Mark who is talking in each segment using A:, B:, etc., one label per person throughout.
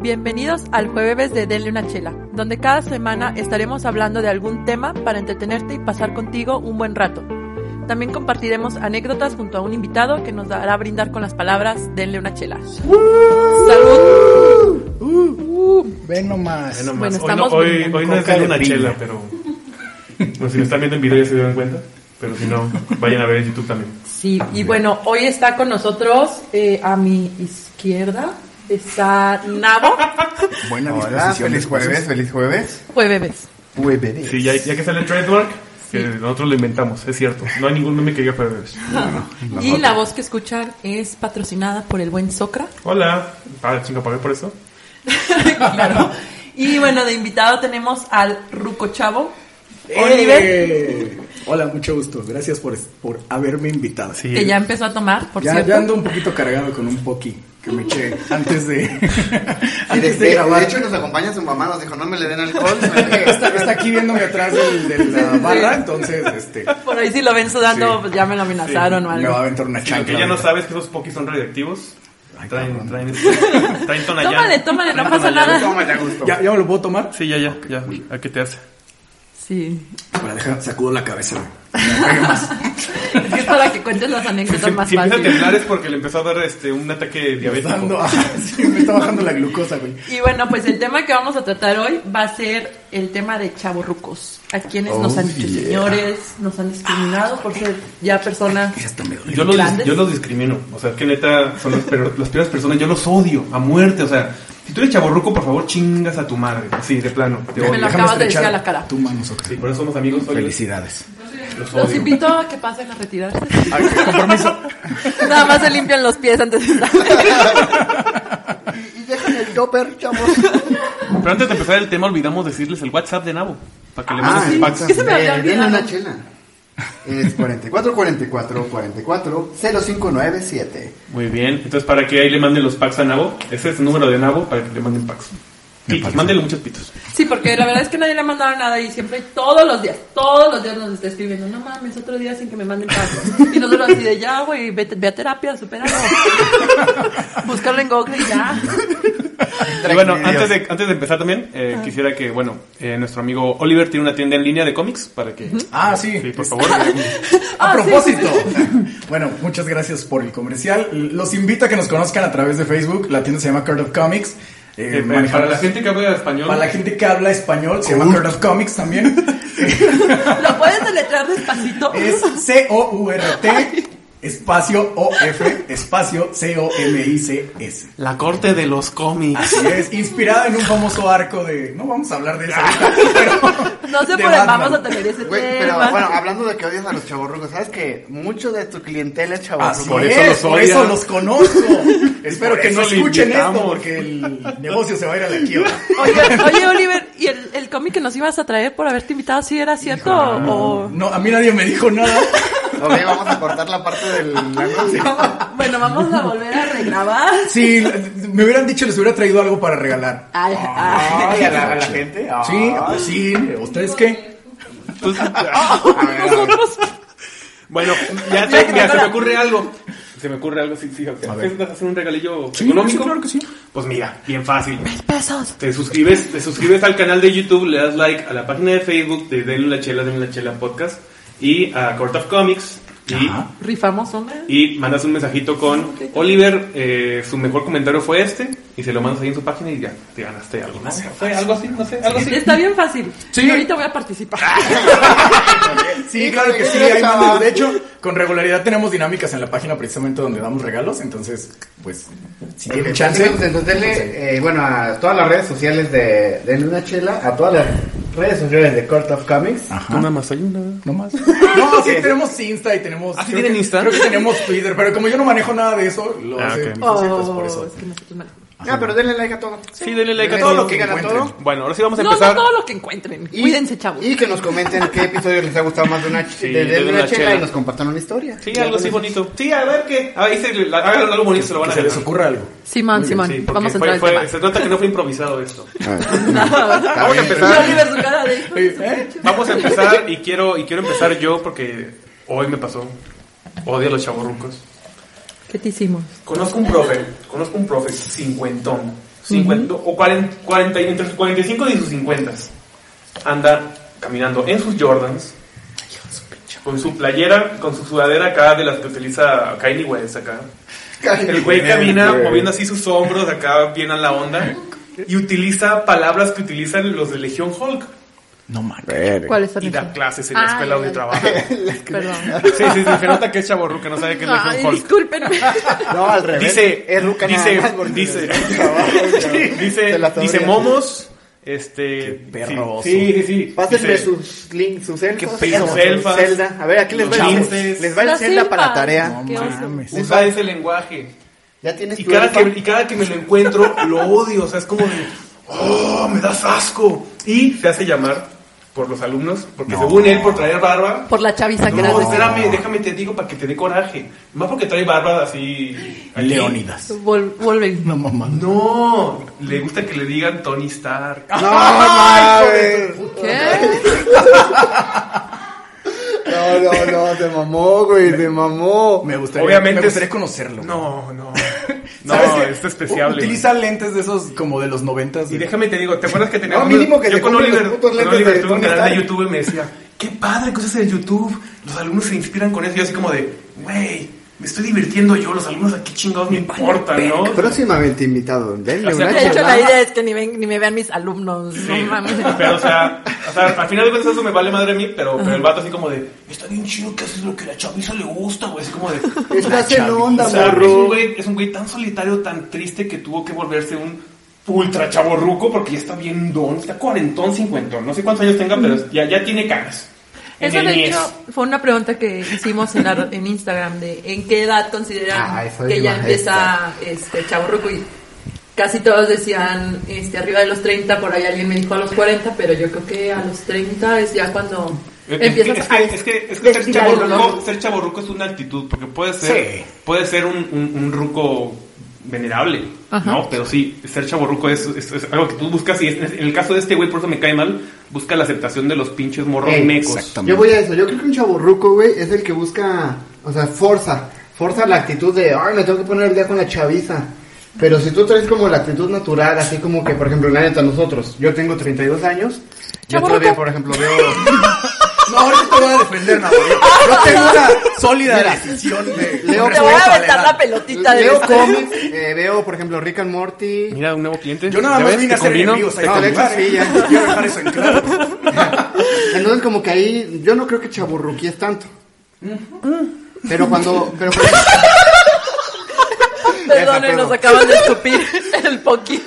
A: Bienvenidos al jueves de Denle una chela, donde cada semana estaremos hablando de algún tema para entretenerte y pasar contigo un buen rato. También compartiremos anécdotas junto a un invitado que nos hará brindar con las palabras Denle una chela. ¡Salud!
B: Ven nomás.
C: Ay,
A: Bueno,
C: no más. hoy no,
A: estamos
C: hoy,
A: brindando
C: hoy no
B: con
C: es de una
B: calepilla.
C: chela, pero. Bueno, si lo están viendo en video ya se dieron cuenta. Pero si no, vayan a ver en YouTube también.
A: Sí, y bueno, hoy está con nosotros eh, a mi izquierda está Nabo
B: Buena
D: Hola,
B: disposición.
D: feliz
B: de
D: jueves,
B: cosas.
D: feliz jueves.
A: Jueves.
D: Jueves.
C: Sí, ya, ya que sale el trademark, que nosotros lo inventamos, es cierto. No hay ningún meme que diga jueves.
A: Y la voz que escuchan es patrocinada por el buen Socra.
C: Hola. Ah, chinga, pagué por eso.
A: Claro. Y bueno, de invitado tenemos al Ruco Chavo.
B: ¡Eh!
A: Oliver,
B: Hola, mucho gusto. Gracias por, por haberme invitado.
C: Sí.
A: que ya empezó a tomar, por
B: ya,
A: cierto.
B: ya ando un poquito cargado con un poqui que me eché antes de,
D: Y de,
B: antes de grabar.
D: de hecho nos acompaña su mamá, nos dijo, no me le den alcohol. se me-
B: Está, está aquí viéndome atrás del- de la barra, entonces este,
A: Por ahí si lo ven sudando,
B: Sí.
A: pues ya me lo amenazaron o
B: me
A: algo.
B: va a aventar una
C: Aunque
B: chancla.
C: ya no
B: ahorita.
C: sabes que esos pokis son radioactivos. Traen,
B: cabrón.
C: traen, este- traen tonallán.
A: Tómale, tómale, no
C: Traen
A: pasa
C: tonallán.
A: nada.
D: Toma, ya gusto.
B: ¿Ya, ¿Ya me lo puedo tomar?
C: Sí, ya, ya, ya. ¿A qué te hace?
A: Sí.
B: Para dejar, sacudo la cabeza.
A: Es que es para que cuentes las anécdotas
C: Si,
A: más
C: si empieza a
A: fácil.
C: temblar es porque le empezó a dar este, un ataque
B: Dando-
C: diabético.
B: sí, me está bajando la glucosa, güey.
A: Y bueno, pues el tema que vamos a tratar hoy va a ser el tema de chavorrucos. A quienes nos
B: Oh,
A: han dicho
B: yeah.
A: señores, nos han discriminado por ser ya personas.
B: Hasta Ah, me dolió.
C: Yo los, dis-
A: grandes.
C: yo los discrimino, o sea, que neta son las, peor- las peores personas, yo los odio a muerte, o sea, si tú eres chaborruco, por favor, chingas a tu madre, así, de plano, te
A: Me
C: odio.
A: lo
B: Déjame
A: acabas de decir
B: estrechar
A: a la cara.
B: Tu mano, Soca.
C: Sí, por eso somos amigos, soy-
B: Felicidades.
C: los
A: Los
C: odio.
A: invito a que pasen a retirarse.
B: con permiso.
A: Nada más se limpian los pies antes de entrar.
D: Y dejan el topper, chavos.
C: Pero antes de empezar el tema, olvidamos decirles el WhatsApp de Nabo, para que le mandes
D: Ah, el WhatsApp.
A: ¿Qué se me había
D: de- denle
A: olvidado?
D: una chela. Es 44 44 44 0597.
C: Muy bien, entonces para que ahí le manden los packs a Nabo, ese es el número de Nabo para que le manden packs.
B: Me
C: Pitos,
B: parece.
C: mándenle muchos pitos.
A: Sí, porque la verdad es que nadie le ha mandado nada y siempre, todos los días, todos los días nos está escribiendo, no mames, otro día sin que me manden pago. Y nosotros así de, ya, güey, vete- ve, a terapia, supéralo. Buscarlo en Google y ya.
C: Y bueno, antes de, antes de empezar también, eh, quisiera que, bueno, eh, nuestro amigo Oliver tiene una tienda en línea de cómics para que... eh,
B: Ah, sí.
C: Sí, por favor.
A: Ah,
B: A
A: sí,
B: propósito. Bueno, muchas gracias por el comercial. Los invito a que nos conozcan a través de Facebook. La tienda se llama Card of Comics. Eh,
C: Eh,
B: manejamos-
C: para la gente que habla Uh. español...
B: para la gente que habla español, se llama Card of Comics también.
A: ¿Lo puedes deletrear despacito?
B: Es C-O-U-R-T, espacio O-F, espacio C-O-M-I-C-S.
C: La corte de los cómics.
B: Así es, inspirada en un famoso arco de. No vamos a hablar de eso.
C: Ah.
B: pero-
A: No se
B: de
A: puede,
B: Batman.
A: vamos a tener ese
D: Güey,
B: Eh,
D: pero
A: tema.
D: bueno, hablando de que odias a los chavorrucos, ¿sabes que mucho de tu clientela es
B: Así
D: chavorruco?
C: Por
B: es,
C: eso los
B: Ah, por
C: odia.
B: eso los conozco. Espero
C: Por
B: que no
C: eso lo
B: escuchen
C: invitamos.
B: esto porque el negocio se va a ir a la quiebra.
A: Oye, oye, Oliver, ¿y el, el cómic que nos ibas a traer por haberte invitado, si era cierto o...?
B: No, a mí nadie me dijo nada.
D: Ok, vamos a cortar la parte del anuncio.
A: Bueno, vamos a volver a regrabar.
B: Sí, me hubieran dicho, les hubiera traído algo para regalar.
A: Ay,
C: Ah,
A: ay.
D: Ay, a la, a la gente. ah. ay.
B: Sí, pues sí, ¿ustedes qué?
A: Nosotros.
C: bueno, ya se, mira, se me ocurre algo. Se me ocurre algo, sí, sí. ok. ¿Quieres hacer un regalillo económico? Pues mira, bien fácil.
A: Pesos.
C: Te suscribes, te suscribes al canal de YouTube, le das like a la página de Facebook de Denle la Chela, Denle la Chela Podcast y a Court of Comics. Y,
B: Ajá.
A: Rifamos una.
C: y mandas un mensajito con
A: Ok.
C: Oliver, eh, su mejor comentario fue este, y se lo mandas ahí en su página y ya, te ganaste algo. ¿no? Fue algo así, no sé, algo así.
A: Está bien fácil.
B: Sí.
A: Y ahorita voy a participar.
B: Sí, claro que sí. ahí mandan. de hecho, con regularidad tenemos dinámicas en la página precisamente donde damos regalos. Entonces, pues, si tienen chance. pues
D: Entonces, entonces denle, eh, bueno, a todas las redes sociales de, de Luna Chela, a todas las redes sociales de Court of Comics.
C: Nada más hay una.
B: No más. No, sí, tenemos Insta y tenemos.
C: ¿Ah, sí
B: creo
C: tienen
B: que-
C: Insta?
B: Creo que tenemos Twitter, pero como yo no manejo nada de eso, lo
C: Ah,
B: hace
C: ok.
B: mi esposa, entonces
A: Oh,
B: por eso.
A: es que nosotros no.
D: Ah, pero denle like a todo.
C: Sí, denle like a
D: Denle
C: todo
D: like,
C: lo que
D: digan a
B: encuentren.
D: todo.
C: Bueno, ahora sí vamos a
A: No, no
C: empezar.
A: todo lo que encuentren.
D: Y-
A: Cuídense, chavos.
D: Y que nos comenten qué episodios les ha gustado más de una, ch-
C: Sí,
D: de, de
C: de
D: Luna
C: Luna
D: chela,
C: Chela.
D: y nos compartan una historia.
C: Sí, algo así bonito. Sí, a ver qué. Ah, A ver, dice, la- háganlo algo bonito, se lo van
B: Que
C: a
B: se
C: hacer.
B: les ocurra algo.
A: Simón, Simón, vamos a entrar al tema.
C: se trata que no fue improvisado esto.
D: Ah. Vamos
C: a empezar.
A: Yo le veo su cara de, "Hijo de su
B: ¿Eh?
A: pinche
C: Vamos a empezar y quiero, y quiero empezar yo porque hoy me pasó. Odio a los chavorrucos.
A: ¿Qué te hicimos?
C: Conozco un profe, conozco un profe cincuentón, 50, o 40, 40 y entre sus 45 y sus 50. Anda caminando en sus Jordans, con su playera, con su sudadera acá de las que utiliza Kylie West acá. El güey camina moviendo así sus hombros acá, bien a la onda, y utiliza palabras que utilizan los de Legión Hulk.
B: No mames.
A: ¿Cuál es
C: Y da
A: la
C: clases en la escuela
E: Ay,
C: de
E: ya.
C: trabajo.
A: Perdón.
C: Sí, sí, sí, se nota que es chaborru, que no sabe qué es
A: Ay,
C: Legión Hulk.
A: discúlpenme.
D: No, al revés.
C: Dice,
D: es ruca "Eh, nada
C: dice,
D: más porque-
C: dice,
D: Sí. Se
C: dice,
D: la está
C: dice
D: abriendo.
C: momos, este,
B: perro
C: sí, sí, sí, sí.
D: Pásenme
C: Dice,
D: sus links, sus elfos.
C: Qué pedo.
D: Sus
C: Elfas.
D: Zelda. A ver, aquí les
C: Los
D: va el Zelda.
C: linces.
D: Les va el
A: Las
D: Zelda para
A: elfas.
D: tarea.
A: Qué oso.
B: Mames.
C: usa ese lenguaje.
D: Ya tienes
C: Y
D: tu
C: cada,
D: elfa.
C: que, y cada que me lo encuentro, lo odio. O sea, es como de, oh, me das asco. Y se hace llamar por los alumnos, porque
B: No.
C: según él, por traer barba.
A: Por la chaviza que
C: No,
A: eras de
C: espérame, déjame te digo para que te dé coraje. Más porque trae barba así. aquí.
B: Leónidas.
A: Vol- Wolverine.
B: No mamá.
C: No, le gusta que le digan Tony Stark.
D: No, mames.
A: ¿Qué?
D: No, no, no, se mamó, güey, se mamó.
B: Me gustaría,
C: Obviamente
B: me gustaría
C: es-
B: conocerlo.
C: No, no.
B: ¿Sabes
C: No,
B: qué?
C: es despreciable.
B: Utiliza lentes de esos como de los noventas.
C: Y
B: de-
C: déjame te digo, ¿te acuerdas que teníamos...
D: No, mínimo que
C: yo
D: te
C: con
D: compren los
C: Oliver,
D: putos
C: con
D: lentes
C: Oliver
D: de
C: tuve un
D: Tony
C: canal de
D: Stark.
C: YouTube y me decía, qué padre que usas el YouTube, los alumnos se inspiran con eso. Y yo así como de, güey, me estoy divirtiendo yo, los alumnos aquí chingados me importan, ¿no?
D: Próximamente invitado, denle
C: O sea,
D: una
A: De hecho,
D: chela.
A: la idea es que ni, ven- ni me vean mis alumnos. No mames.
C: Pero, o sea, o sea, al final de cuentas eso me vale madre a mí, pero, pero el vato así como de, está bien chido que haces lo que a la chaviza le gusta, güey. Así como de,
D: Estás en onda,
C: O sea, es, un
D: morro.
C: güey, es un güey tan solitario, tan triste que tuvo que volverse un ultra chaborruco porque ya está bien don, está cuarentón, cincuentón, no sé cuántos años tenga, pero ya, ya tiene canas. En
A: Eso
C: el
A: de
C: niés.
A: hecho fue una pregunta que hicimos en, la- en Instagram de en qué edad consideran
D: Ah, eso
A: que
D: es
A: ya
D: más
A: empieza este chaburruco y casi todos decían este arriba de los 30, por ahí alguien me dijo a los 40, pero yo creo que a los 30 es ya cuando
C: Es que,
A: empiezas
C: es
A: a
C: que, es que- es que ser,
A: destilar el
C: chaborruco,
A: olor.
C: ser chaborruco es una actitud, porque puede ser,
B: Sí.
C: puede ser un, un, un ruco venerable,
A: Ajá.
C: ¿no? Pero sí, ser chaborruco es, es, es algo que tú buscas y es- en el caso de este güey, por eso me cae mal, busca la aceptación de los pinches morros
D: Ey,
C: mecos.
B: exactamente.
D: Yo voy a eso, yo creo que un chaburruco, güey, es el que busca, o sea, forza, forza la actitud de, ay, me tengo que poner el día con la chaviza. Pero si tú traes como la actitud natural, así como que, por ejemplo, la neta, nosotros, yo tengo 32 años, yo
A: Chavorruco.
D: todavía, por ejemplo, veo,
B: No, ahorita te voy a defender, Nahuel. Yo tengo una sólida decisión de.
D: Leo
A: Te voy a
D: Pues,
A: aventar la pelotita de
D: leo
A: los-
D: cómics, eh, veo, por ejemplo, Rick and Morty,
C: Mira, un nuevo cliente.
B: Yo nada
C: ¿Ya
B: más
C: ves?
B: vine a
C: Te
B: ser
C: combino.
B: enemigos. ahí
D: No,
B: con
D: de
B: mi
D: hecho,
B: madre.
D: sí, ya.
B: Quiero dejar eso en claro.
D: entonces como que ahí, yo no creo que chaburruquí es tanto. Pero cuando, pero
A: Perdonen,
D: pedo.
A: nos acaban de escupir el poqui.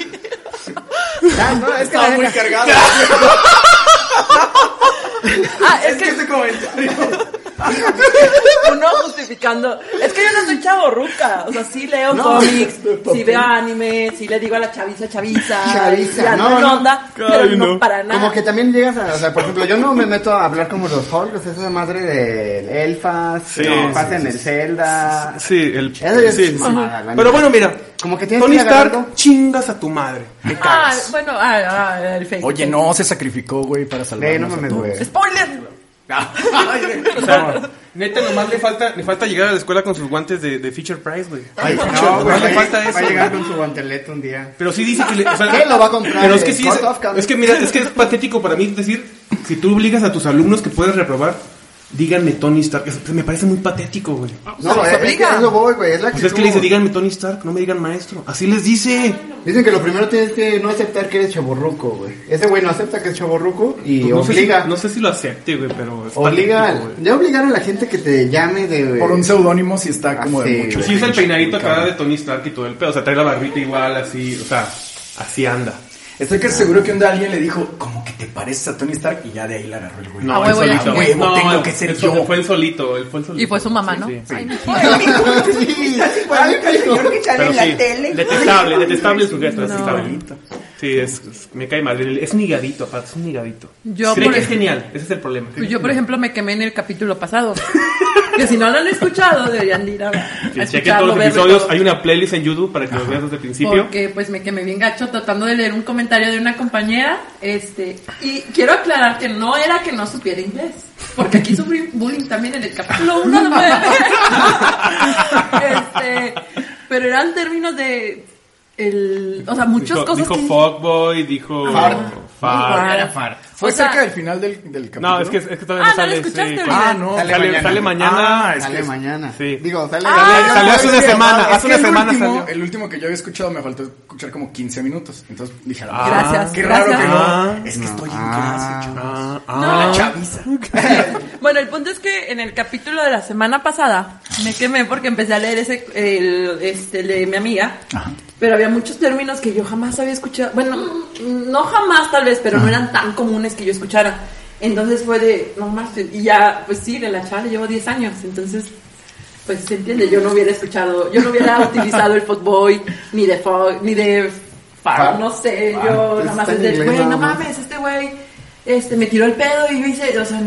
D: Ah, no, es que la
B: Estaba muy
D: neta-
B: cargado.
A: Ah, es
B: Es que
A: que
B: este comentario.
A: uno justificando. Es que yo no soy chaborruca. O sea, sí leo
D: No.
A: cómics, sí veo anime, sí le digo a la chaviza, chaviza.
D: Chaviza,
A: y ando
D: no,
A: en
D: no.
A: onda, pero no, para nada.
D: Como que también llegas a, o sea, por ejemplo, yo no me meto a hablar como los Hulks, esa madre de elfas,
C: Sí,
D: no,
C: sí,
D: pasen el Zelda.
C: Sí, el...
D: Eso ya es
C: sí, sí.
D: mamada, la
C: Pero
D: neta.
C: bueno, mira,
D: Como que tienes
C: Tony
D: que ir
C: Stark,
D: agarrando-
C: chingas a tu madre. Me
A: Ah,
C: cagas.
A: bueno, ah, ah, el Facebook.
B: Oye, no, se sacrificó, güey, para salvar.
D: Ve, no mames, güey.
A: ¡Spoiler!
C: O sea, neta, nomás le falta, le falta llegar a la escuela con sus guantes de, de Fisher Price, güey.
D: Ay,
C: no,
D: güey,
C: le
D: va-
C: falta
D: Va
C: eso,
D: a llegar
C: güey.
D: con su guantelete un día.
C: Pero sí dice que le, o sea,
D: ¿Qué lo va a comprar?
C: Pero es que
D: El
C: sí es,
D: Court of Cam-
C: es que mira, es que es patético para mí decir, si tú obligas a tus alumnos que puedes reprobar, díganme Tony Stark, Es- me parece muy patético, güey.
D: No,
A: Ah, los
D: es, es que
A: obliga.
D: eso voy, güey, es la
C: O sea, Pues es que
D: actitud.
C: le dice, díganme Tony Stark, no me digan maestro. Así les dice.
D: Dicen que lo primero tienes que no aceptar que eres chaborruco, güey. Ese güey no acepta que es chaborruco y
C: Pues no sé si-
D: obliga,
C: no sé si lo acepte, güey, pero es
D: obliga,
C: patético,
D: al-
C: güey.
D: ya obligar a la gente que te llame de
B: Por un seudónimo sí está como
D: Ah,
B: de
D: sí,
B: mucho.
D: güey.
C: Sí, es el peinadito acá
B: Cabrón.
C: de Tony Stark y todo el pedo. O sea, trae la barbita igual, así, o sea, así anda.
B: Estoy que seguro que un día alguien le dijo, como que te pareces a Tony Stark y ya de ahí la agarró el güey.
A: No, Ah,
C: él
A: huevo, ya.
C: solito.
B: Huevo, tengo
C: él-
B: que ser
C: él solo-
B: yo.
C: Fue él solito, él fue el solito.
A: Y fue su mamá, ¿no?
C: Sí, sí.
A: Ay,
C: Pero sí, detestable, detestable el sujeto, detestable. Sí, es, es- me cae mal. Es un higadito, aparte, es un higadito.
A: Yo,
C: Cree
A: por
C: que es
A: ej-
C: genial, ese es el problema. cree que
A: Yo,
C: es
A: por
C: genial.
A: ejemplo, me quemé en el capítulo pasado. Que si no lo han escuchado, deberían de ir a, a
C: Que chequen
A: escucharlo,
C: todos los
A: verlo y
C: episodios,
A: todo.
C: hay una playlist en YouTube para que los veas desde el principio.
A: Porque pues me quemé bien gacho tratando de leer un comentario de una compañera. Este, y quiero aclarar que no era que no supiera inglés. Porque aquí sufrí bullying también en el capítulo 1 de Este, pero eran términos de el, o sea, muchas
C: dijo,
A: cosas
C: dijo
A: que-
C: fuckboy, dijo
B: Fart.
C: fart.
A: Fart.
B: Fue
A: O sea-
B: cerca del final del, del capítulo.
C: No, es que, es que todavía
A: Ah,
C: no
A: ¿no lo
C: sale.
A: escuchaste,
C: sí,
A: Uriel?
C: cuando-
B: Ah, no.
C: Sale,
B: Sale mañana.
C: mañana. mañana.
B: Ah, es
D: sale
B: que-
D: mañana.
C: sí.
D: Digo, sale
A: Ah.
C: Sale- salió hace una
B: Es que-
C: semana,
B: es
C: hace
B: que
C: una
B: el
C: semana
B: último,
C: salió.
B: El último que yo había escuchado me faltó escuchar como 15 minutos. Entonces dije,
C: Ah,
B: "Mira,
A: Gracias,
B: Qué raro
A: gracias.
B: que
C: Ah.
B: no. Es que estoy en
D: Ah.
B: clase, chaval.
C: Ah,
A: No.
C: ah.
B: Chaviza.
A: Bueno, el punto es que en el capítulo de la semana pasada me quemé porque empecé a leer ese, el, este, el de mi amiga, pero había muchos términos que yo jamás había escuchado. Bueno, no jamás tal vez, pero no eran tan comunes que yo escuchara. Entonces fue de, no más, y ya, pues sí, de la charla llevo 10 años, entonces, pues se entiende, yo no hubiera escuchado, yo no hubiera utilizado el Fotboy, ni de Fog, ni de Far,
D: Far.
A: no sé,
D: Ah,
A: yo
D: está
A: nada más
D: en
A: es de,
D: inglés
A: güey,
D: nada
A: no
D: más.
A: mames, este güey este, me tiró el pedo y yo hice, o sea,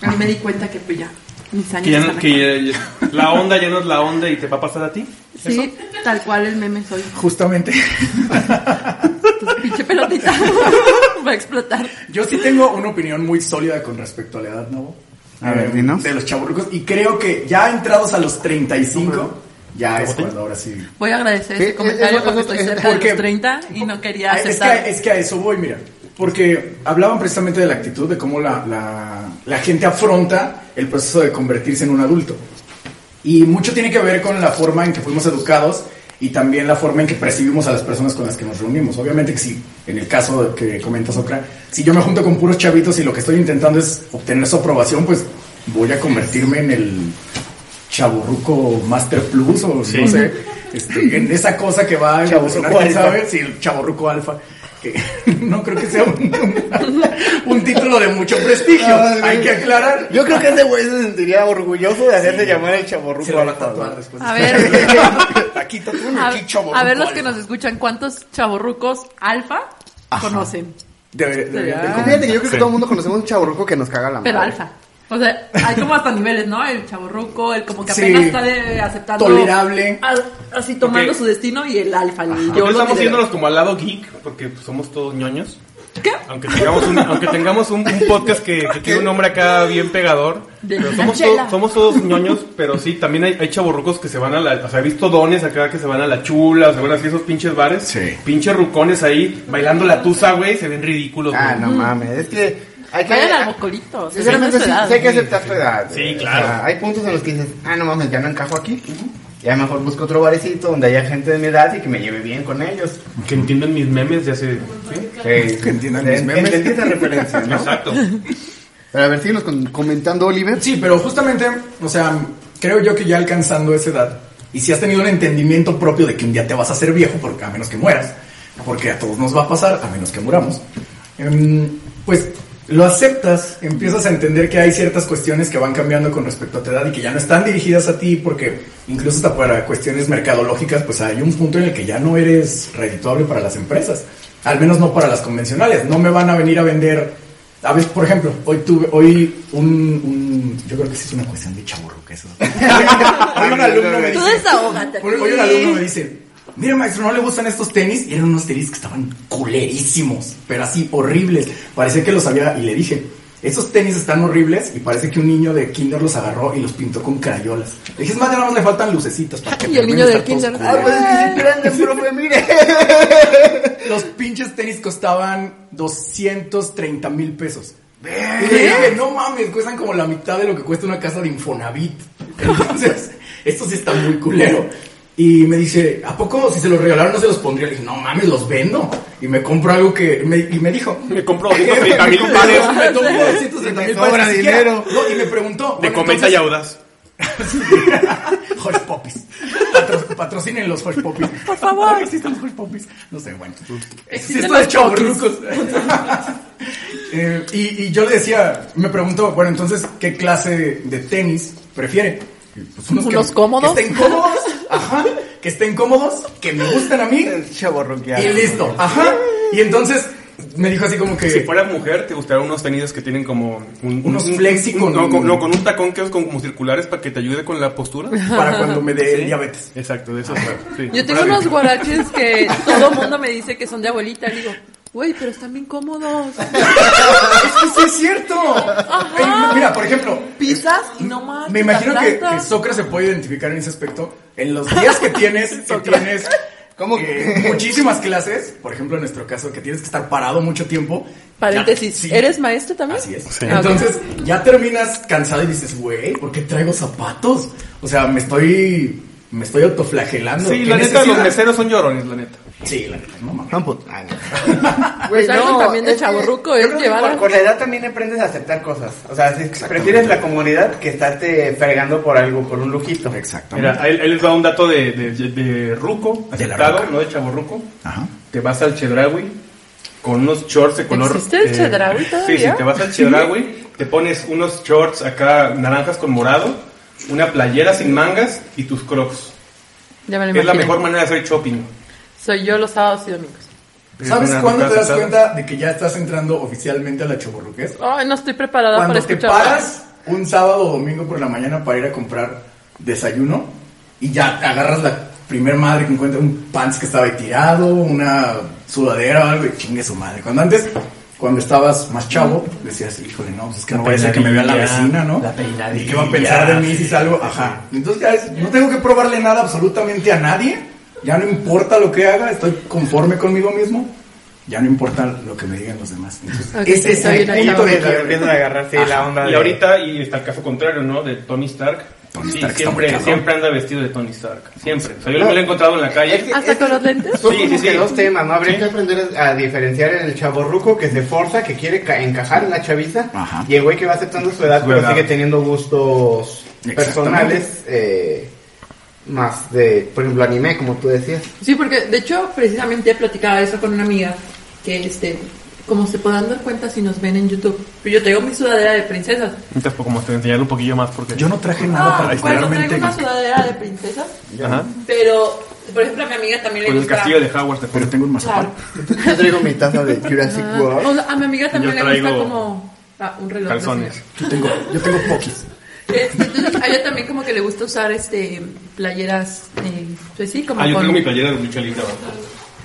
A: ahí me di cuenta que pues ya, mis años
C: Que, ya no-
A: están
C: que
A: acá.
C: ya- ya- la onda ya no es la onda y te va a pasar a ti.
A: Sí, tal cual el meme soy.
B: Justamente.
A: Entonces, pinche pelotita va a explotar.
B: Yo sí tengo una opinión muy sólida con respecto a la edad, ¿no?
D: A ver, dinos.
B: De los chaburrucos. Y creo que ya entrados a los 35, ya es cuando ahora sí.
A: Voy a agradecer
D: Sí,
A: ese comentario
D: eso-
A: porque
D: eso-
A: estoy
D: eso-
A: cerca
B: porque-
A: de los 30 y no quería
B: Ah, Es que,
A: aceptar.
B: a- es que a eso voy, mira. Porque hablaban precisamente de la actitud, de cómo la, la- la gente afronta el proceso de convertirse en un adulto. Y mucho tiene que ver con la forma en que fuimos educados y también la forma en que percibimos a las personas con las que nos reunimos. Obviamente que si, en el caso de que comentas, Okra, si yo me junto con puros chavitos y lo que estoy intentando es obtener su aprobación, pues voy a convertirme en el chaburruco Master Plus o no sé, este, en esa cosa que va a evolucionar,
D: Chavorruco
B: ¿quién
D: alfa.
B: sabe? Sí, el chaborruco alfa. Que no creo que sea un, un título de mucho prestigio. Hay que aclarar.
D: Yo creo que ese güey se sentiría orgulloso de hacerse llamar el chaborruco.
B: Se lo va a
D: alfa,
B: tatuar
D: güey.
B: después.
A: A ver.
B: Aquí tatúame
A: a,
B: aquí, chavorruco
A: a ver los que
B: alfa.
A: nos escuchan, ¿cuántos chavorrucos alfa conocen?
B: Debe- debería de
A: Ah.
B: comentar.
D: Fíjate que yo creo que todo el mundo conocemos un chaborruco que nos caga la madre.
A: Pero alfa. O sea, hay como hasta niveles, ¿no? El chaborruco, el como que apenas
B: Sí.
A: está de- aceptando.
B: Tolerable.
A: a- así tomando
C: Ok.
A: su destino y el alfa. el yo
C: Yo
A: lo
C: estamos
A: diré.
C: yéndonos como al lado geek, porque pues, somos todos ñoños.
A: ¿Qué?
C: Aunque tengamos un, aunque tengamos un, un podcast que, que tiene un nombre acá bien pegador.
A: De
C: pero
A: la
C: somos,
A: chela.
C: todos- somos todos ñoños, pero sí, también hay, hay chavorrucos que se van a la... O sea, he visto dones acá que se van a la chula, se van así a esos pinches bares.
B: Sí.
C: Pinches rucones ahí, bailando la tusa, güey, se ven ridículos.
D: Ah,
C: güey.
D: no mames. Es que hay que.
A: Vayan al bocolito.
D: Sinceramente, sí, sí hay
A: hacer
D: que aceptar tu edad.
C: Sí,
D: güey.
C: claro.
D: O sea, hay puntos en los que dices, ah, no mames, ya no encajo aquí. Ya mejor busco otro barecito donde haya gente de mi edad y que me lleve bien con ellos.
C: Que entienden mis memes de hace...
D: Que
B: entiendan mis memes.
D: Entendí esa referencia, ¿no?
C: Exacto.
D: Pero a ver, síguenos con- comentando, Oliver.
B: Sí, pero justamente, o sea, creo yo que ya alcanzando esa edad, y si has tenido un entendimiento propio de que un día te vas a hacer viejo, porque a menos que mueras, porque a todos nos va a pasar, a menos que muramos, em, pues lo aceptas, empiezas a entender que hay ciertas cuestiones que van cambiando con respecto a tu edad y que ya no están dirigidas a ti, porque incluso hasta para cuestiones mercadológicas, pues hay un punto en el que ya no eres redituable para las empresas, al menos no para las convencionales, no me van a venir a vender a veces, por ejemplo, hoy tuve, hoy un, un- yo creo que sí es una cuestión de chaburro que eso. hoy un alumno me
A: Tú
B: dice,
A: desahógate.
B: hoy, hoy un
A: aquí.
B: alumno me dice, mira maestro, no le gustan estos tenis, y eran unos tenis que estaban culerísimos, pero así horribles, parecía que los había, y le dije, estos tenis están horribles, y parece que un niño de kinder los agarró y los pintó con crayolas. Le dije, es más, ya nada más le faltan lucecitas para que
A: Y el
B: por lo
A: niño
B: menos
A: del
B: están
A: kinder,
B: todos
D: Ah,
A: Ah,
B: culeros".
D: pues grande, profe, mire.
B: Los pinches tenis costaban 230 mil pesos. Y le dije, no mames, cuestan como la mitad de lo que cuesta una casa de Infonavit. Entonces, esto sí está muy culero. Y me dice, ¿a poco si se los regalaron no se los pondría? Le dije, no mames, los vendo. Y me compro algo que. me- y me dijo,
C: Me compro 230 mil pares
B: me tomo 230
D: Y me
B: mil
D: sobra
B: pesos. ni siquiera.
D: dinero.
B: No, y me preguntó.
C: de
B: bueno,
C: cometa
B: entonces-
C: y audaz.
B: Hush Poppies. Patro- patrocinen los Hush Poppies. Por favor. existen los Hush Poppies. No sé, bueno.
A: Existen
B: Existen
A: los
B: los chaburrucos. Eh, y, y yo le decía, me preguntó, bueno, entonces, ¿qué clase de, de tenis prefiere? Y, Pues
A: ¿Unos cómodos?
B: Que estén cómodos. Ajá. Que estén cómodos, que me gusten a mí.
D: Chaborruqueado.
B: Y listo. Ajá. Y entonces me dijo así como que...
C: Si fueras mujer, te gustarían unos tenis que tienen como un-
B: Unos
C: un-
B: flexi
C: un-
B: con-
C: no, con, no, con un tacón que es como, como circulares para que te ayude con la postura. Ah.
B: Para cuando me dé diabetes.
C: Exacto, de esos. sí.
A: Yo tengo unos guaraches que todo mundo me dice que son de abuelita. Y digo, güey, pero están bien cómodos.
B: Es que sí es cierto. Eh, mira, por ejemplo,
A: Pisas y no más.
B: Me imagino que, que Sócrates se puede identificar en ese aspecto. En los días que tienes, que tienes
D: ¿Cómo
B: eh, muchísimas clases, por ejemplo, en nuestro caso, que tienes que estar parado mucho tiempo.
A: Paréntesis,
B: Ya, sí,
A: ¿eres maestro también?
B: Así es.
A: Ah, ok.
B: Entonces, ya terminas cansado y dices, güey, ¿por qué traigo zapatos? O sea, me estoy, me estoy autoflagelando.
C: Sí,
B: ¿Qué
C: la neta, los
B: necesidad?
C: meseros son llorones, la neta.
B: Sí, la neta, no mames.
D: Campo. Ay, no.
A: Pues algo también de
D: es que-
A: chavorruco
F: Yo
A: es
F: creo que
A: llevar
F: por,
A: a-
F: con la edad también aprendes a aceptar cosas. O sea, si prefieres la comunidad que estarte fregando por algo, por un lujito.
B: Exactamente.
C: Mira, ahí, ahí les va un dato de, de, de ruco,
B: Ah, De la
C: aceptado,
B: ruca.
C: no de chaborruco.
B: Ajá.
C: Te vas al Chedraui con unos shorts de color. eh,
A: ¿Existe el Chedraui
C: Sí, sí,
A: todavía?
C: te vas al Chedraui, te pones unos shorts acá naranjas con morado, una playera sin mangas y tus crocs.
A: Ya me lo
C: Es la
A: imagino.
C: mejor manera de hacer shopping.
A: Soy yo los sábados y domingos.
B: ¿Sabes
C: Una
B: cuándo te
C: ruca
B: das
C: aceptada.
B: cuenta de que ya estás entrando oficialmente a la choborruquez?
A: Ay, no estoy preparada para
B: Cuando te
A: escuchar.
B: paras un sábado o domingo por la mañana para ir a comprar desayuno y ya agarras la primer madre que encuentra un pants que estaba ahí tirado, una sudadera o algo y chingue su madre. Cuando antes, cuando estabas más chavo, decías, híjole, no, pues es que no vaya a ser que me vea la
F: peinadilla,
B: vecina, ¿no?
F: la peinadilla.
B: ¿Y qué va a pensar de mí si salgo? Ajá. Entonces ya es, no tengo que probarle nada absolutamente a nadie. Ya no importa lo que haga, estoy conforme conmigo mismo. Ya no importa lo que me digan los demás. Entonces,
A: Ok,
D: este
B: ese Este es
A: está
B: el
A: bien, ahí está
B: punto de
A: bien.
B: quiebre.
F: Empiezan a agarrar sí, la onda
C: Y
F: de-
C: ahorita, y está el caso contrario, ¿no? De Tony Stark.
B: Tony
C: Sí,
B: Stark está muy
C: siempre,
B: cabrón.
C: siempre anda vestido de Tony Stark. Siempre. O sea, yo me lo he encontrado en la calle.
A: ¿Hasta con los lentes?
C: Sí,
D: Son como
C: sí,
D: que
C: sí.
D: dos temas, ¿no? Habría
C: Sí.
D: que aprender a diferenciar el chaborruco que se forza, que quiere ca- encajar en la chaviza,
B: Ajá.
D: y el güey que va aceptando su edad, pero
C: Verdad.
D: sigue teniendo gustos personales eh, más de, por ejemplo, anime, como tú decías.
A: Sí, porque de hecho precisamente platicaba eso con una amiga que este, como se podrán dar cuenta si nos ven en YouTube, pero yo tengo mi sudadera de princesas.
C: Necesitas pues, como te enseñarlo un poquillo más porque...
B: Yo no traje nada
A: Ah,
B: para
A: bueno, traigo
B: literalmente.
A: una sudadera de princesas,
C: Ajá.
A: pero por ejemplo a mi amiga también le
C: Con el
A: gusta
C: castillo de Howard te
B: Pero tengo un mazapán.
A: Claro.
D: Yo traigo mi taza de Jurassic
A: Ah, o
D: World.
A: sea, a mi amiga también le
C: Yo
A: gusta
C: traigo
A: como ah, un reloj. de
C: calzones.
B: Yo tengo, yo tengo poquis.
A: Este, entonces, a ella también como que le gusta usar este playeras, eh, pues sí, como
C: Ah, yo
A: con...
C: tengo mi playera de lucha libre. abajo.